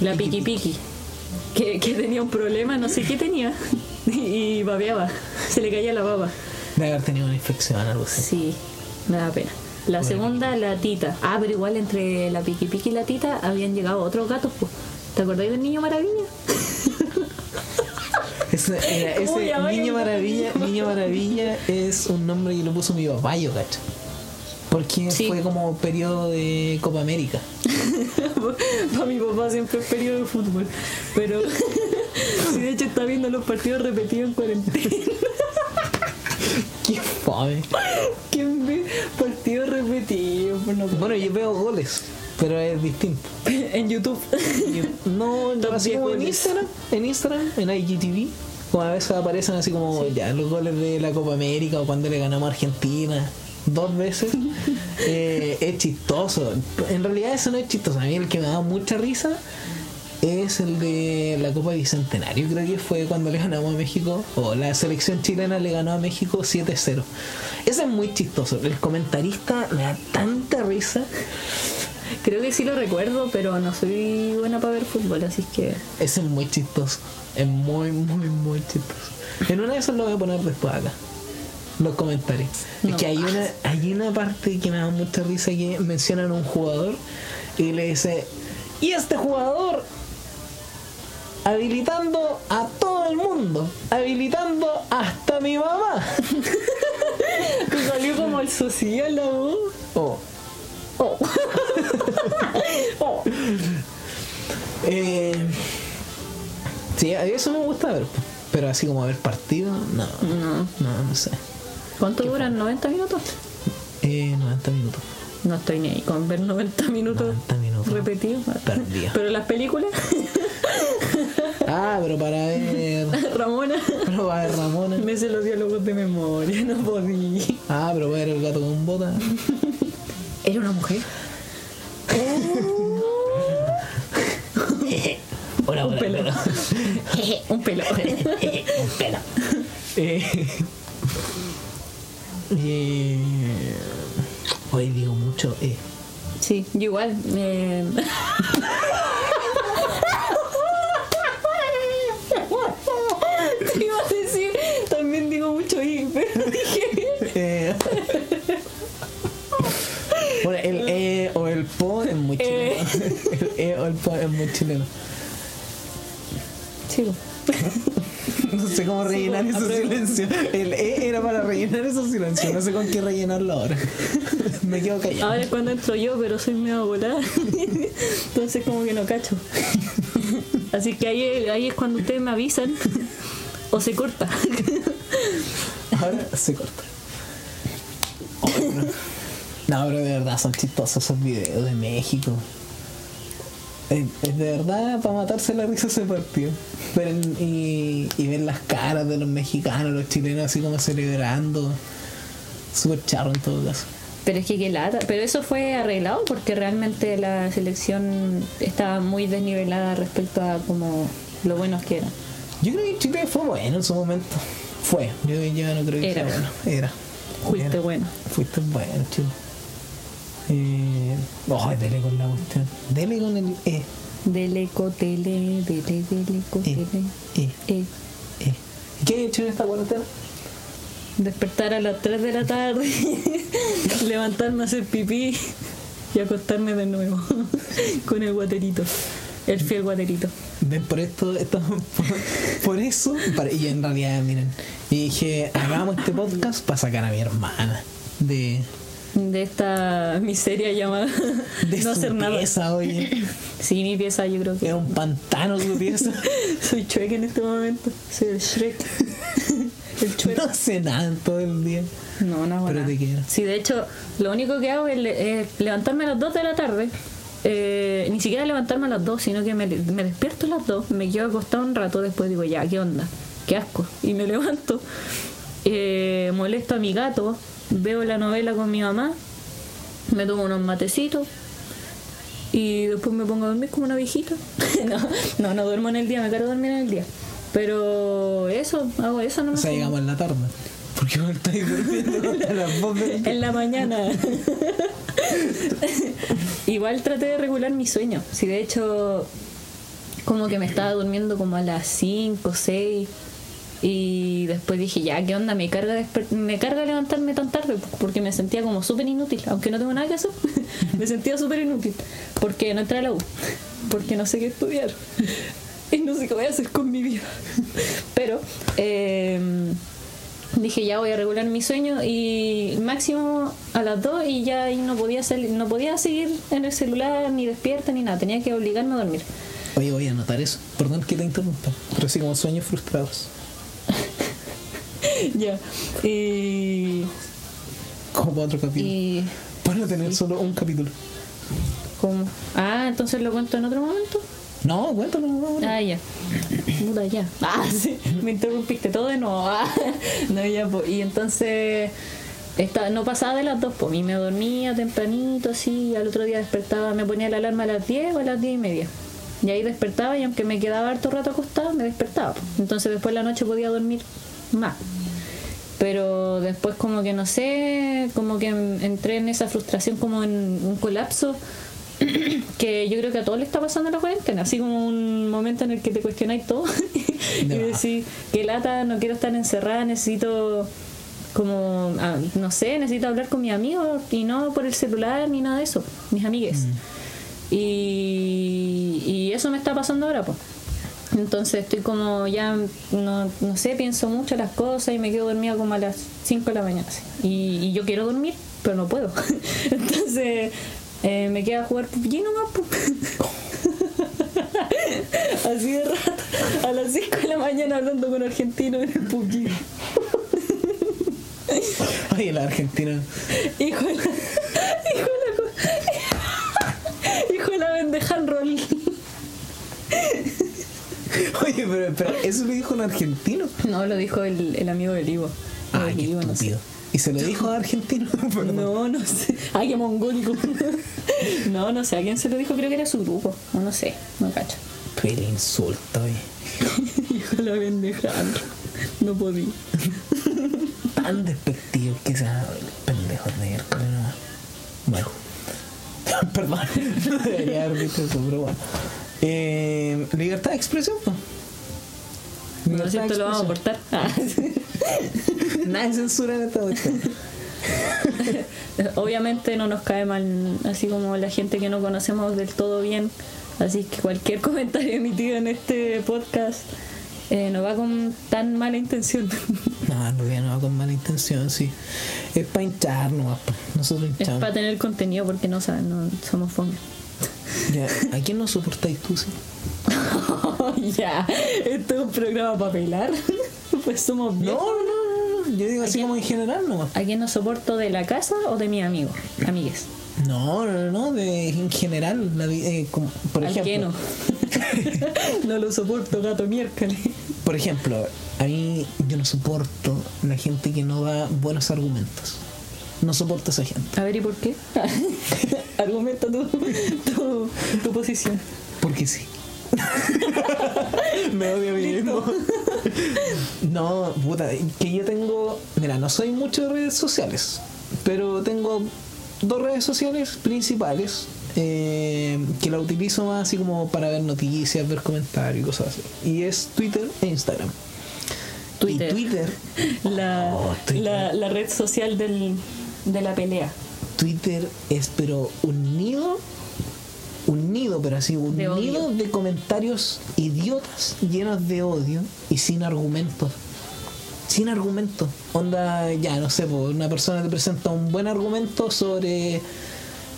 S5: la
S4: Piqui
S5: piqui piqui. Que, que tenía un problema, no sé qué tenía. Y, y babeaba. Se le caía la baba.
S4: De haber tenido una infección, algo así.
S5: Sí, me da pena. La segunda, la tita. Ah, pero igual entre la piqui piqui y la tita habían llegado otros gatos. pues. ¿Te acordáis del niño maravilla?
S4: Ese, era-
S5: ¿Cómo
S4: ese
S5: llamar
S4: Niño
S5: a un
S4: Maravilla,
S5: niño?
S4: Niño Maravilla es un nombre que lo puso mi papá, yo cacho. Porque
S5: Sí.
S4: fue como periodo de Copa América.
S5: Para mi papá siempre es periodo de fútbol. Pero si de hecho está viendo los partidos repetidos en cuarentena.
S4: Qué fome.
S5: ¿Quién ve partidos repetidos? Pues no.
S4: Bueno, yo veo goles, pero es distinto.
S5: En YouTube.
S4: No,
S5: Los
S4: así como en
S5: viejones.
S4: Instagram, en Instagram, en IGTV, Como a veces aparecen así como ya los goles de la Copa América o cuando le ganamos a Argentina dos veces. eh, es chistoso. En realidad eso no es chistoso. A mí el que me da mucha risa es el de la Copa Bicentenario. Creo que fue cuando le ganamos a México o la selección chilena le ganó a México 7-0. Ese es muy chistoso. El comentarista me da tanta risa.
S5: Creo que sí lo recuerdo, pero no soy buena para ver fútbol, así que
S4: Ese es muy chistoso. Es muy, muy, muy chistoso. En una de esas lo voy a poner después acá. Los comentarios. Es
S5: No.
S4: que hay una, hay una parte que me da mucha risa que mencionan a un jugador y le dice, y este jugador habilitando a todo el mundo, habilitando hasta mi mamá.
S5: salió como el sociólogo.
S4: Oh.
S5: Oh. oh.
S4: Eh, sí, a eso me gusta ver. Pero así como ver partido, no.
S5: No.
S4: No, no sé.
S5: ¿Cuánto duran? ¿90 minutos?
S4: Eh, 90 minutos.
S5: No estoy ni ahí con ver 90 minutos,
S4: 90 minutos.
S5: repetidos.
S4: Perdido.
S5: Pero las películas,
S4: Ah, pero para ver.
S5: Ramona,
S4: Pero para ver Ramona.
S5: me sé los diálogos de memoria, no podía.
S4: Ah, pero para ver el gato con bota.
S5: ¿Era una mujer?
S4: Hola,
S5: Un pelo. Un pelo.
S4: Eh, eh, Hoy digo mucho. Eh.
S5: Sí, yo igual. eh, Te iba a decir, también digo mucho y, pero dije.
S4: Eh. Bueno, el E o el po es muy
S5: Eh.
S4: chileno. El E o el po es muy chileno.
S5: Chico.
S4: No sé cómo rellenar
S5: bueno,
S4: esos
S5: apruebo.
S4: silencios. El E era para rellenar esos silencios. No sé con qué rellenarlo ahora. Me quedo callado.
S5: Ahora es cuando entro yo, pero soy medio volada. Entonces como que no cacho. Así que ahí, ahí es cuando ustedes me avisan o se corta.
S4: Ahora se corta. Ay, no. no, pero de verdad son chistosos esos videos de México. Es, es de verdad para matarse la risa ese partido. Pero en- y, y ver las caras de los mexicanos, los chilenos así como celebrando. Súper charro en todo caso.
S5: Pero es que qué lata. Pero eso fue arreglado porque realmente la selección estaba muy desnivelada respecto a como lo buenos que eran.
S4: Yo creo que Chile fue bueno en su momento. Fue. Yo ya no creo que
S5: Era
S4: sea bueno.
S5: bueno.
S4: Era.
S5: Fuiste
S4: Era.
S5: bueno.
S4: Fuiste bueno, Chile. Eh, oh, dele con la cuestión. Dele con el E.
S5: Deleco, tele, dele, deleco,
S4: E.
S5: tele.
S4: E.
S5: Eh,
S4: Eh, ¿Qué he hecho en esta cuarentena?
S5: Despertar a las 3 de la tarde, levantarme a hacer pipí y acostarme de nuevo con el guaterito, el fiel guaterito.
S4: Ven, por esto, esto- por, por eso, para- y en realidad, miren, y dije, hagamos este podcast para sacar a mi hermana de,
S5: De esta miseria llamada
S4: de
S5: no
S4: su
S5: hacer nada.
S4: pieza, oye.
S5: Sí, mi pieza yo creo que
S4: Es un pantano su pieza.
S5: soy Shrek en este momento, soy el Shrek. El Shrek.
S4: No hace nada en todo el día.
S5: No, no hago
S4: Pero
S5: nada.
S4: te quiero.
S5: Sí, de hecho, lo único que hago es, le- es levantarme a las 2 de la tarde. Eh, ni siquiera levantarme a las 2, sino que me, me despierto a las 2, me quedo acostado un rato, después digo, ya, ¿qué onda? ¿Qué asco? Y me levanto, eh, molesto a mi gato, veo la novela con mi mamá, me tomo unos matecitos y después me pongo a dormir como una viejita. no, no, no duermo en el día, me quiero dormir en el día. Pero eso, hago eso no
S4: O sea, llegamos en la tarde. Porque me estáis durmiendo a las dos de-
S5: en la mañana. Igual traté de regular mi sueño. Si de hecho, como que me estaba durmiendo como a las 5, 6. Y después dije, ya, ¿qué onda? Me carga, desper- me carga levantarme tan tarde porque me sentía como súper inútil. Aunque no tengo nada que hacer, me sentía súper inútil. Porque no entré a la U. Porque no sé qué estudiar. Y no sé qué voy a hacer con mi vida. Pero... em, dije ya voy a regular mi sueño y máximo a las 2 y ya ahí no podía salir, no podía seguir en el celular ni despierta ni nada, tenía que obligarme a dormir.
S4: Oye, voy a anotar eso. Perdón que te interrumpa. Pero sí, como sueños frustrados.
S5: ya. Y,
S4: Como para otro capítulo.
S5: y
S4: Para tener solo un capítulo.
S5: ¿cómo? Ah, entonces lo cuento en otro momento.
S4: No, cuéntalo. no, no.
S5: Ah, ya. Puta, ya. Ah, sí, me interrumpiste todo de nuevo. Ah, no, ya, po. Y entonces esta- no pasaba de las dos, pues. Y me dormía tempranito, así. y al otro día despertaba, me ponía la alarma a las 10 o a las 10 y media. Y ahí despertaba y aunque me quedaba harto rato acostada, me despertaba. po. Entonces después de la noche podía dormir más. Pero después como que no sé, como que en- entré en esa frustración, como en un colapso que yo creo que a todos le está pasando en la cuarentena, así como un momento en el que te cuestionáis todo y
S4: De más.
S5: decís, qué lata, no quiero estar encerrada, necesito como, ah, no sé, necesito hablar con mis amigos y no por el celular ni nada de eso, mis amigues. Y, y eso me está pasando ahora, pues. Entonces estoy como ya, no, no sé, pienso mucho las cosas y me quedo dormida como a las 5 de la mañana. así. Y, y yo quiero dormir, pero no puedo. Entonces eh, me queda jugar PUBG nomás. pu- Así de rato, a las 5 de la mañana hablando con argentinos en el PUBG.
S4: Ay, el argentino.
S5: Hijo de la... Hijo de la... Hijo de la bendejan roll.
S4: Oye, pero espera, ¿eso lo dijo un argentino?
S5: No, lo dijo el, el amigo del Ivo.
S4: Ah,
S5: El
S4: qué
S5: Ivo, no sé.
S4: estúpido. Y se lo dijo a argentino. Perdón.
S5: No, no sé. Ay, qué mongólico. No, no sé. ¿A quién se lo dijo? Creo que era su grupo. No, no sé. No cacho.
S4: Pero el insulto, oye.
S5: Hijo de la bendeja. No podía.
S4: Tan despectivo que se pendejo de miércoles nomás. Bueno. Perdón. No debería haber dicho eso, pero bueno. Eh, libertad de expresión, pues.
S5: No sé, esto lo vamos a cortar. Ah, sí.
S4: Nada de censura en esta cuestión.
S5: Obviamente no nos cae mal, así como la gente que no conocemos del todo bien. Así que cualquier comentario emitido en este podcast eh, no va con tan mala intención.
S4: No, no, no va con mala intención, sí. Es para hinchar nomás, po. Nosotros
S5: Es
S4: hinchamos.
S5: para tener contenido porque no saben, no somos fome.
S4: Ya, ¿A quién no soportáis tú, sí?
S5: ya, esto es un programa para pelar. pues somos
S4: No,
S5: bien.
S4: no, no, no, no. Yo digo así como en general nomás.
S5: ¿A quién no soporto de la casa o de mis amigos? Amigues.
S4: No, no, no, de, en general, la vi- eh, como- por
S5: ¿Al que no?
S4: ejemplo,
S5: no lo soporto, gato miércoles.
S4: por ejemplo, a mí yo no soporto la gente que no da buenos argumentos. No soporto a esa gente.
S5: A ver, ¿y por qué? Argumenta tu, tu, tu posición.
S4: Porque sí. Me odio a mí mismo. No, puta, que yo tengo. Mira, no soy mucho de redes sociales, pero tengo dos redes sociales principales eh, que la utilizo más así como para ver noticias, ver comentarios y cosas así. Y es Twitter e Instagram.
S5: Twitter.
S4: Y Twitter,
S5: La,
S4: Oh, Twitter.
S5: la, la red social del, de la pelea.
S4: Twitter es pero un nido, un nido, pero así, un
S5: De odio.
S4: nido de comentarios idiotas llenos de odio y sin argumentos. Sin argumentos. Onda, ya, no sé, po, una persona te presenta un buen argumento sobre,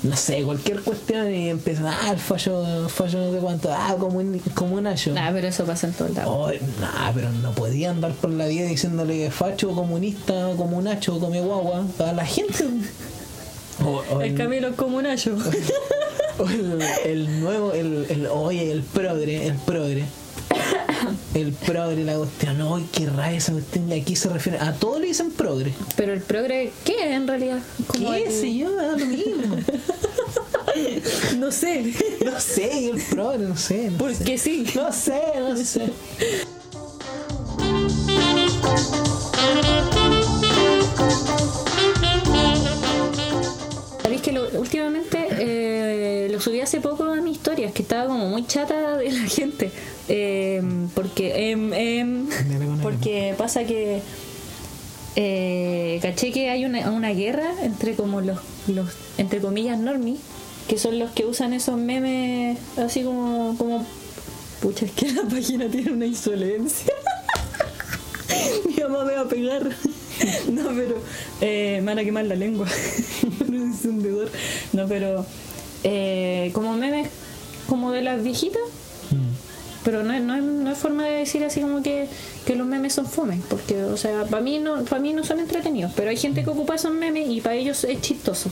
S4: no sé, cualquier cuestión y empieza, ah, el fallo, fallo no sé cuánto, ah, como un, como un ayo.
S5: Nah, Ah, pero eso pasa en todos lados.
S4: Oh, nah, pero no podía andar por la vida diciéndole facho, comunista, comunacho, come guagua a la gente. O- o
S5: Oh, El Camilo es como un ayo.
S4: o el, el nuevo, el, el- oye, el progre, el progre. El progre, la cuestión, no, qué raya esa cuestión, y aquí se refiere, a todo le dicen progre.
S5: Pero el progre, ¿qué es en realidad? Como
S4: ¿Qué
S5: el-
S4: sé yo? Da lo mismo.
S5: No sé.
S4: No sé, y el progre, no sé. no sé.
S5: Porque sí.
S4: No sé, no sé.
S5: Sabéis que lo- últimamente eh, lo subí hace poco a mis historias, que estaba como muy chata de la gente. Eh, porque em, em,
S4: Dale con el-
S5: porque pasa que eh, caché que hay una, una guerra entre como los, los entre comillas normies, que son los que usan esos memes así como, como pucha es que la página tiene una insolencia. Mi mamá me va a pegar. No, pero eh, me van a quemar la lengua. Por un encendedor. No, pero eh, como memes, como de las viejitas. Pero no, es- no, es- no es forma de decir así como que, que los memes son fome. Porque, o sea, para mí, no, para mí no son entretenidos. Pero hay gente que ocupa esos memes y para ellos es chistoso.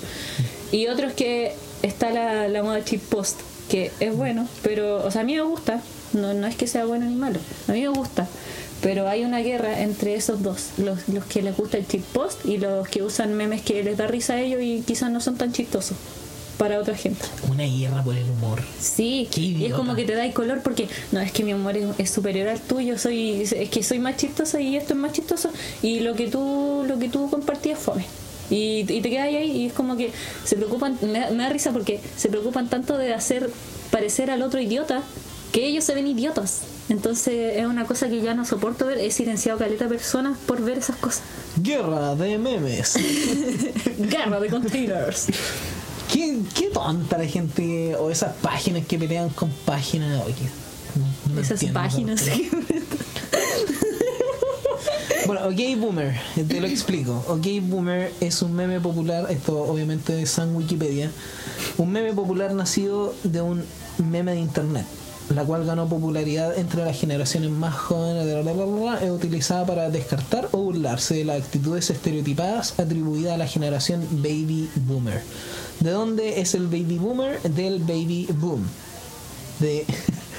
S5: Y otros que está la, la moda chip post, que es bueno. Pero, o sea, a mí me gusta No, no es que sea bueno ni malo. A mí me gusta. Pero hay una guerra entre esos dos. Los, los que les gusta el chip post y los que usan memes que les da risa a ellos y quizás no son tan chistosos para otra gente.
S4: Una guerra por el humor.
S5: Sí,
S4: Qué
S5: y es
S4: idiota.
S5: como que te da el color porque no es que mi humor es, es superior al tuyo, soy es que soy más chistosa y esto es más chistoso y lo que tú lo que tú compartías es fome. Y, y te quedas ahí y es como que se preocupan, me, da- me da risa porque se preocupan tanto de hacer parecer al otro idiota que ellos se ven idiotas. Entonces es una cosa que ya no soporto ver, he silenciado caleta personas por ver esas cosas.
S4: Guerra de memes.
S5: Guerra de containers.
S4: qué, qué tonta la gente. O esas páginas que pelean con páginas. Oye, no- no
S5: Esas
S4: entiendo,
S5: páginas.
S4: pero- Bueno, OK Boomer, te lo explico. OK Boomer es un meme popular, esto obviamente es en Wikipedia, un meme popular nacido de un meme de internet, la cual ganó popularidad entre las generaciones más jóvenes de la bla, bla, bla, bla, es utilizada para descartar o burlarse de las actitudes estereotipadas atribuidas a la generación Baby Boomer. ¿De dónde es el Baby Boomer? Del Baby Boom. De...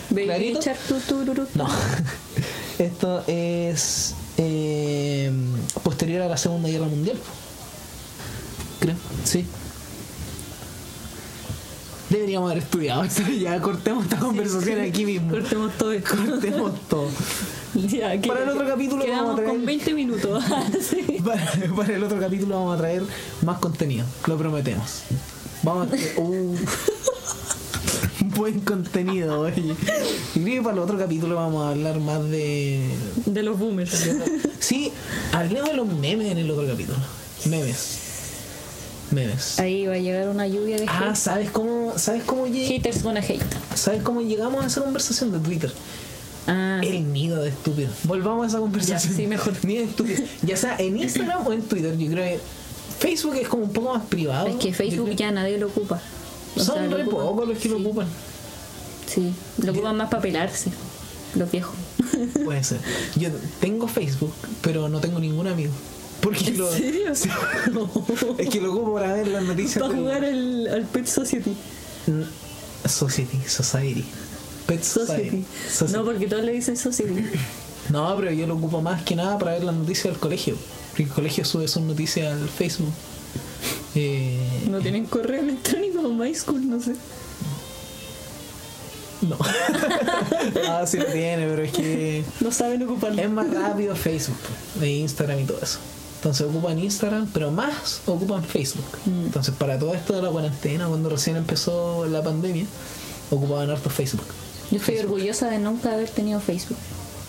S5: Baby
S4: ¿Clarito?
S5: Shark, tu, tu, ru, ru.
S4: No. Esto es eh, posterior a la Segunda Guerra Mundial. Creo, sí. Deberíamos haber estudiado esto. Ya cortemos esta conversación aquí mismo.
S5: Cortemos todo esto.
S4: Cortemos todo.
S5: Ya, que-
S4: Para el otro capítulo
S5: quedamos
S4: vamos a traer-
S5: con 20 minutos. Ah, Sí.
S4: Para, para el otro capítulo vamos a traer más contenido. Lo prometemos. Vamos a... Uh. Buen contenido, oye. Y creo que para el otro capítulo vamos a hablar más de
S5: De los boomers.
S4: Sí, hablemos de los memes en el otro capítulo. Memes. Memes.
S5: Ahí va a llegar una lluvia de
S4: Ah, ¿sabes cómo, sabes cómo,
S5: hate.
S4: lleg-
S5: haters gonna hate.
S4: ¿sabes cómo llegamos a esa conversación de Twitter?
S5: Ah,
S4: El nido de estúpidos. Volvamos a esa conversación.
S5: Ya, sí, mejor.
S4: Nido de estúpidos. Ya sea en Instagram o en Twitter, yo creo que Facebook es como un poco más privado.
S5: es que
S4: Yo
S5: Facebook
S4: creo-
S5: ya nadie lo ocupa. O
S4: Son
S5: sea, lo
S4: re
S5: ocupan-
S4: pocos los que lo
S5: sí,
S4: ocupan.
S5: Sí, lo ocupan más para pelarse. Los viejos.
S4: Puede ser. Yo tengo Facebook, pero no tengo ningún amigo. Porque
S5: ¿En
S4: lo,
S5: serio?
S4: Sí. es que lo ocupo para ver las noticias.
S5: Para
S4: del-
S5: jugar al, al Pet Society.
S4: Mm, Society, Society. Pet Society.
S5: Society.
S4: Society.
S5: No, porque todos le dicen Society.
S4: No, pero yo lo ocupo más que nada para ver las noticias del colegio. Porque El colegio sube sus noticias al Facebook. Eh,
S5: No tienen correo electrónico o MySchool, no sé.
S4: no. ah, sí lo tiene, pero es que
S5: No saben ocuparlo.
S4: es más rápido Facebook e Instagram y todo eso. Entonces ocupan Instagram, pero más ocupan Facebook.
S5: Mm.
S4: Entonces para todo esto de la cuarentena, cuando recién empezó la pandemia, ocupaban harto Facebook.
S5: Yo estoy orgullosa de nunca haber tenido Facebook.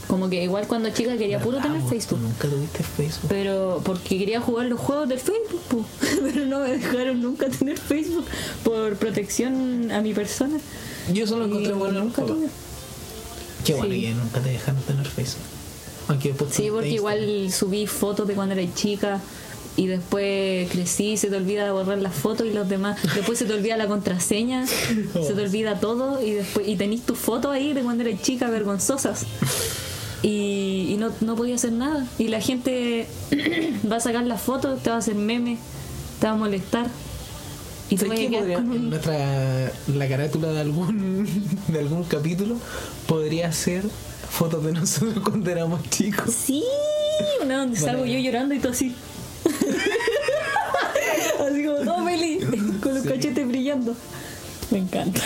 S5: Como que igual cuando chica quería puro
S4: ¿Verdad,
S5: tener
S4: vos?
S5: Facebook.
S4: Nunca tuviste Facebook.
S5: Pero porque quería jugar los juegos de Facebook, po. pero no me dejaron nunca tener Facebook por protección a mi persona.
S4: Yo solo encontré
S5: Y
S4: bueno en
S5: Eh, nunca
S4: Java.
S5: tuve.
S4: Qué bueno
S5: Sí.
S4: que nunca te dejaron tener Facebook. Aunque pues, después
S5: Sí,
S4: te-
S5: porque
S4: te Instagram.
S5: igual subí fotos de cuando era chica y después crecí, se te olvida de borrar las fotos y los demás. Después se te olvida la contraseña, se te olvida todo y después y tenés tus fotos ahí de cuando eras chica vergonzosas. Y, y no, no podía hacer nada. Y la gente va a sacar las fotos, te va a hacer meme, te va a molestar. Y tú
S4: ¿Sabes
S5: vas a
S4: qué
S5: quedar
S4: podría-
S5: con un-
S4: nuestra la carátula de algún de algún capítulo podría ser fotos de nosotros cuando éramos chicos.
S5: Sí, una donde
S4: Buena
S5: salgo yo
S4: idea.
S5: llorando y tú así. así como todo feliz, con los
S4: Sí.
S5: cachetes brillando. Me encanta.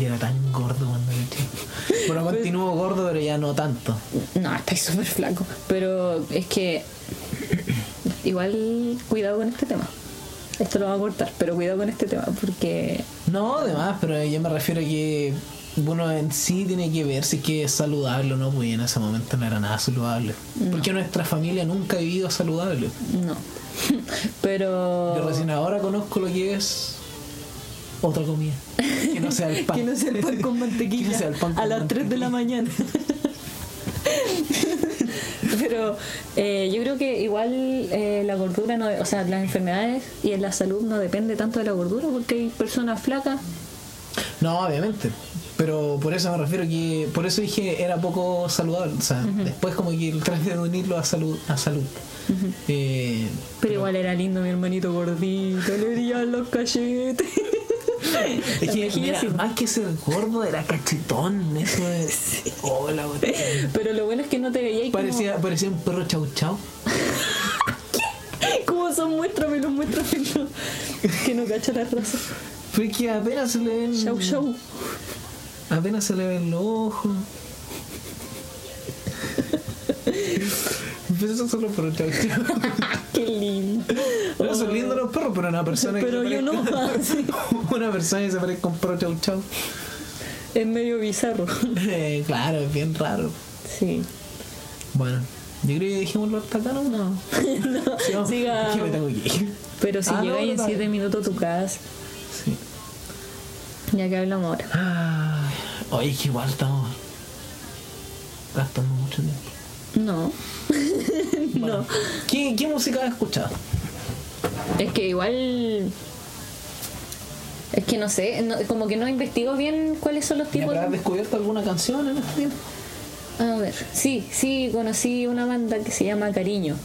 S4: Yo era tan gordo cuando era chico. Bueno,
S5: Pues-
S4: continúo gordo, pero ya no tanto.
S5: No, estáis súper flaco. Pero es que. Igual, cuidado con este tema. Esto lo va a cortar, pero cuidado con este tema porque.
S4: No, además, pero yo me refiero a que uno en sí tiene que ver si es que es saludable o no, porque en ese momento no era nada saludable. Porque nuestra familia nunca ha vivido saludable.
S5: No. Pero.
S4: Yo recién ahora conozco lo que es otra comida. Que no sea el pan.
S5: Que no sea el pan con mantequilla.
S4: Que no sea el pan con
S5: a las 3 de la mañana. Pero eh, yo creo que igual eh, la gordura, no, o sea, las enfermedades y la salud no depende tanto de la gordura porque hay personas flacas.
S4: No, obviamente. Pero por eso me refiero que. Por eso dije era poco saludable. O sea, después como que traté de unirlo a salud. A salud. Eh,
S5: Pero igual era lindo mi hermanito gordito, le brillaban los cachetes.
S4: Es
S5: Las
S4: que,
S5: mejillas
S4: mira,
S5: sí.
S4: más que ser gordo era cachetón. Eso es. Hola, güey.
S5: Pero lo bueno es que no te veía y como-
S4: Parecía, parecía un perro chau chau.
S5: ¿Cómo son? Muéstramelo, muéstramelo. Que no cacha la raza.
S4: Fue que apenas se le ven.
S5: Show, show.
S4: Apenas se le ven los ojos. Pero eso solo por un chau chau.
S5: Qué lindo. Oh.
S4: No son lindos los perros, pero una persona
S5: Pero
S4: que se
S5: yo no.
S4: parezca-
S5: sí.
S4: Una persona que se parezca a un perro chau chau.
S5: Es medio bizarro.
S4: Eh, claro, es bien raro.
S5: Sí.
S4: Bueno, yo creo que dejémoslo hasta acá, ¿no?
S5: No.
S4: Sí,
S5: no
S4: vamos.
S5: siga.
S4: Es que me tengo que ir.
S5: Pero si
S4: Ah, no,
S5: llegáis en
S4: dale.
S5: 7 minutos a tu casa,
S4: Sí.
S5: ya que hablamos ahora.
S4: Ay, oye, que igual estamos gastando mucho tiempo.
S5: No.
S4: Bueno, ¿qué, ¿Qué música has escuchado?
S5: Es que igual. Es que no sé, no- como que no investigo bien cuáles son los
S4: ¿Y
S5: tipos.
S4: ¿Has
S5: de-
S4: descubierto alguna canción en este tiempo?
S5: A ver, sí, sí, conocí una banda que se llama Cariño.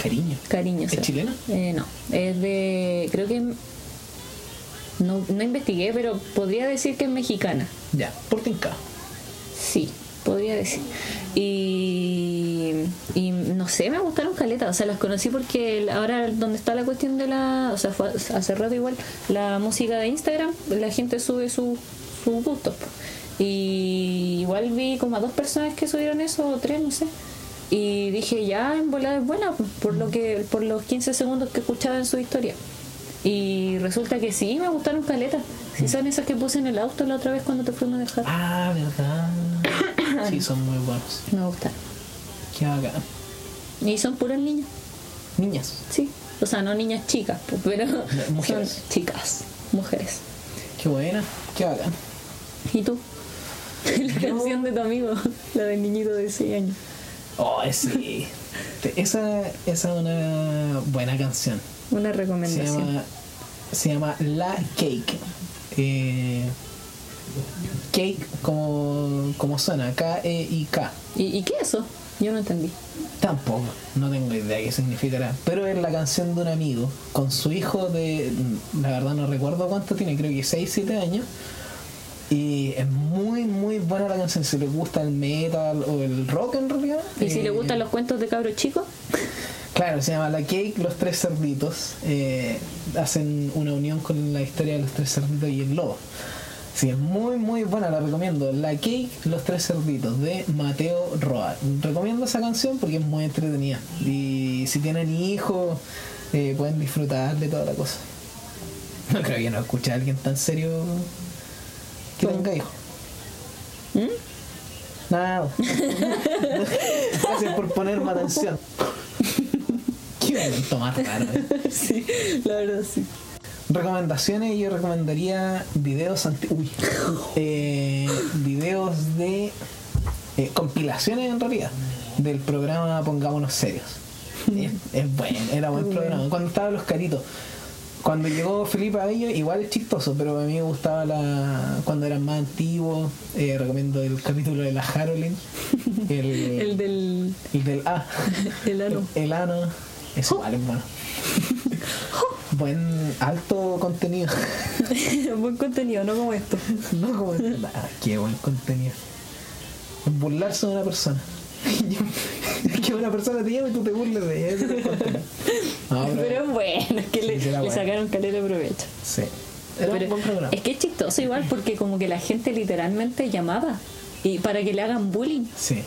S4: Cariño.
S5: Cariño.
S4: ¿Es
S5: o sea,
S4: chilena?
S5: eh, no, es de. Creo que. No, no investigué, pero podría decir que es mexicana.
S4: Ya, Portinca.
S5: Sí, podría decir. Y, y no sé, me gustaron caletas. O sea, las conocí porque el- ahora donde está la cuestión de la. O sea, fue hace rato igual. La música de Instagram, la gente sube su, su gusto. po. Y igual vi como a dos personas que subieron eso, o tres, no sé. Y dije, ya, en volada es buena, po, por, lo que, por los 15 segundos que escuchaba en su historia. Y resulta que sí, me gustaron caletas. Sí, son esas que puse en el auto la otra vez cuando te fuimos a dejar.
S4: Ah, verdad. Sí, son muy buenos.
S5: Me gustaron.
S4: Qué bacán.
S5: Y son puras niñas,
S4: Niñas.
S5: sí. O sea, no niñas chicas, pues, pero
S4: mujeres.
S5: son chicas, mujeres.
S4: Qué buena. Qué bacán.
S5: ¿Y tú? La canción de tu amigo, la del niñito de 6 años.
S4: Oh, sí. Te- esa, esa es una buena canción.
S5: Una
S4: Se
S5: recomendación.
S4: llama, se llama La Cake. Eh, cake como, como suena, E K-E-I-K.
S5: ¿Y, y qué es eso? Yo no entendí.
S4: Tampoco, no tengo idea qué significará. Pero es la canción de un amigo con su hijo de, la verdad no recuerdo cuánto tiene, creo que 6, 7 años. Y es muy, muy buena la canción. Si le gusta el metal o el rock en realidad.
S5: ¿Y si le
S4: eh,
S5: gustan los cuentos de cabros chicos?
S4: Claro, se llama La Cake, Los Tres Cerditos. eh, hacen una unión con la historia de los tres cerditos y el lobo. Sí, es muy, muy buena, la recomiendo. La Cake, Los Tres Cerditos, de Mateo Roa. Recomiendo esa canción porque es muy entretenida. Y si tienen hijos, eh, pueden disfrutar de toda la cosa. No creo que no escuche a alguien tan serio que tenga hijos. Nada. Gracias por ponerme atención. Qué momento más raro. ¿eh?
S5: sí, la verdad sí.
S4: Recomendaciones, yo recomendaría videos anti- uy, eh, videos de eh, compilaciones en realidad del programa Pongámonos Serios. Es, es bueno, era buen programa. Cuando estaban los caritos. Cuando llegó Felipe Abello, igual es chistoso, pero a mí me gustaba la cuando eran más antiguos. eh, recomiendo el capítulo de la Harolin. El,
S5: El del.
S4: el del A.
S5: El ano.
S4: El, el ano. Eso vale, bueno. Buen, alto contenido.
S5: Buen contenido, no como esto.
S4: no como. Ah, qué buen contenido. Burlarse de una persona. Es que una persona te llama y tú te burles de ella. ese es el contenido. No, pero-
S5: Pero bueno, es que le,
S4: Sí, era
S5: le
S4: bueno.
S5: sacaron caleta de provecho.
S4: sí. Era
S5: Pero
S4: un buen programa.
S5: Es que es chistoso igual porque como que la gente literalmente llamaba y para que le hagan bullying.
S4: Sí.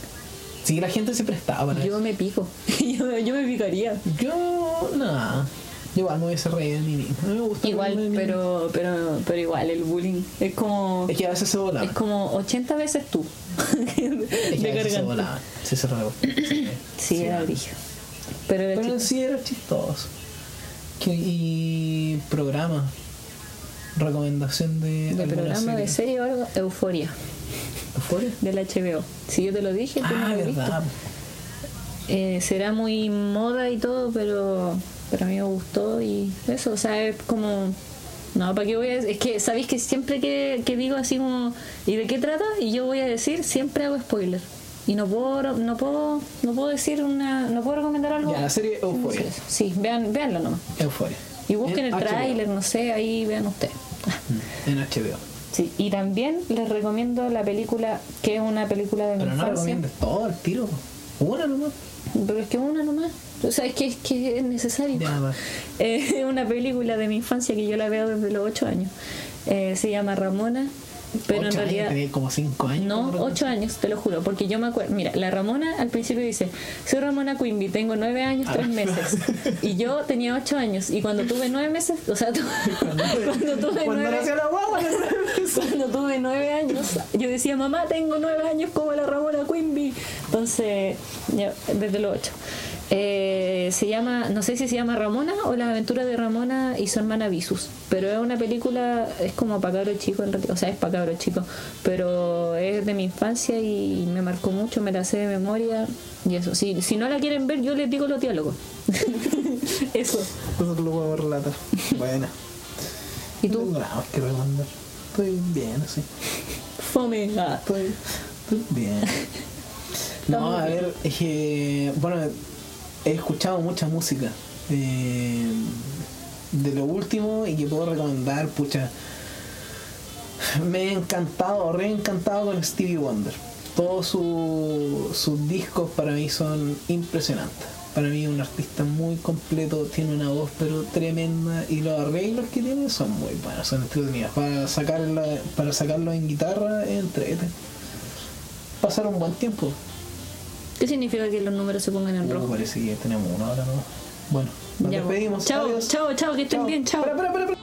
S4: Sí, la gente se prestaba para
S5: Yo
S4: eso.
S5: me pico. Yo, yo me picaría.
S4: Yo, nada. Yo igual me hubiese reído de mí mismo. No me gusta reírme de
S5: Igual,
S4: mí mismo.
S5: pero, pero, pero igual el bullying es como
S4: Es que a veces se volaba.
S5: es como 80 veces tú.
S4: Es que
S5: De
S4: a veces se
S5: garganta.
S4: volaba. Sí, se revolaba.
S5: Sí, era brillo. Pero era
S4: Pero en
S5: chistoso.
S4: sí era chistoso. Que- y programa. Recomendación de.
S5: de
S4: alguna
S5: programa
S4: serie.
S5: de serie o algo, Euforia,
S4: ¿Euforia?
S5: del HBO. Si yo te lo dije, tú no
S4: Ah,
S5: lo viste.
S4: verdad.
S5: Eh, será muy moda y todo, pero, pero a mí me gustó y eso, o sea, es como... No, ¿para qué voy a decir? Es que, ¿sabéis que siempre que, que digo así como... ¿Y de qué trata? Y yo voy a decir, siempre hago spoiler. Y no puedo, no puedo, no puedo decir una... No puedo recomendar algo.
S4: Ya, la serie Euforia.
S5: Sí, vean, veanlo nomás.
S4: Euforia.
S5: Y busquen
S4: En
S5: el
S4: HBO.
S5: tráiler, no sé, ahí vean ustedes. Ah,
S4: Mm, en HBO.
S5: Sí, y también les recomiendo la película, que es una película de mi
S4: Pero no
S5: infancia.
S4: recomiendas todo el tiro. Una nomás.
S5: Pero es que una nomás. O sea, es que es, que es necesario.
S4: Ya, va.
S5: Es una película de mi infancia que yo la veo desde los 8 años. Eh, se llama Ramona, pero en
S4: Ocho años,
S5: realidad...
S4: tenía como 5 años.
S5: No,
S4: como
S5: 8 años, te lo juro, porque yo me acuerdo. Mira, la Ramona al principio dice: Soy Ramona Quimby, tengo 9 años,
S4: Ah.
S5: 3 meses. Y yo tenía 8 años. Y cuando tuve 9 meses, o sea, tu- cuando, tuve
S4: Cuando
S5: nueve-
S4: nació la guagua, la nueve
S5: cuando tuve 9 años, yo decía: Mamá, tengo 9 años como la Ramona Quimby. Entonces, ya, desde los 8. se llama, no sé si se llama Ramona o Las aventuras de Ramona y su hermana Visus, pero es una película, es como para cabros chicos en realidad, o sea, es para cabros chicos, pero es de mi infancia y me marcó mucho, me la sé de memoria y eso. Si, si no la quieren ver, yo les digo los diálogos. eso.
S4: Nosotros lo podemos relatar. Buena.
S5: ¿Y tú?
S4: No, es que recomendar. Estoy bien, así.
S5: Fome. Ah.
S4: Estoy, estoy bien. No, a ver, es que, bueno, he escuchado mucha música. eh, de lo último y que puedo recomendar, pucha. Me he encantado, reencantado con Stevie Wonder. Todos su- sus discos para mí son impresionantes. Para mí es un artista muy completo, tiene una voz pero tremenda y los arreglos que tiene son muy buenos, son entretenidos. Para, sacarla, para sacarlo en guitarra es entrete. Pasar un buen tiempo.
S5: ¿Qué significa que los números se pongan en
S4: Uh,
S5: rojo?
S4: parece que tenemos una hora, ¿no? Bueno, nos
S5: Ya,
S4: despedimos.
S5: Chao,
S4: Adiós.
S5: chao, chao, que estén bien, chao.
S4: Espera, espera, espera, espera.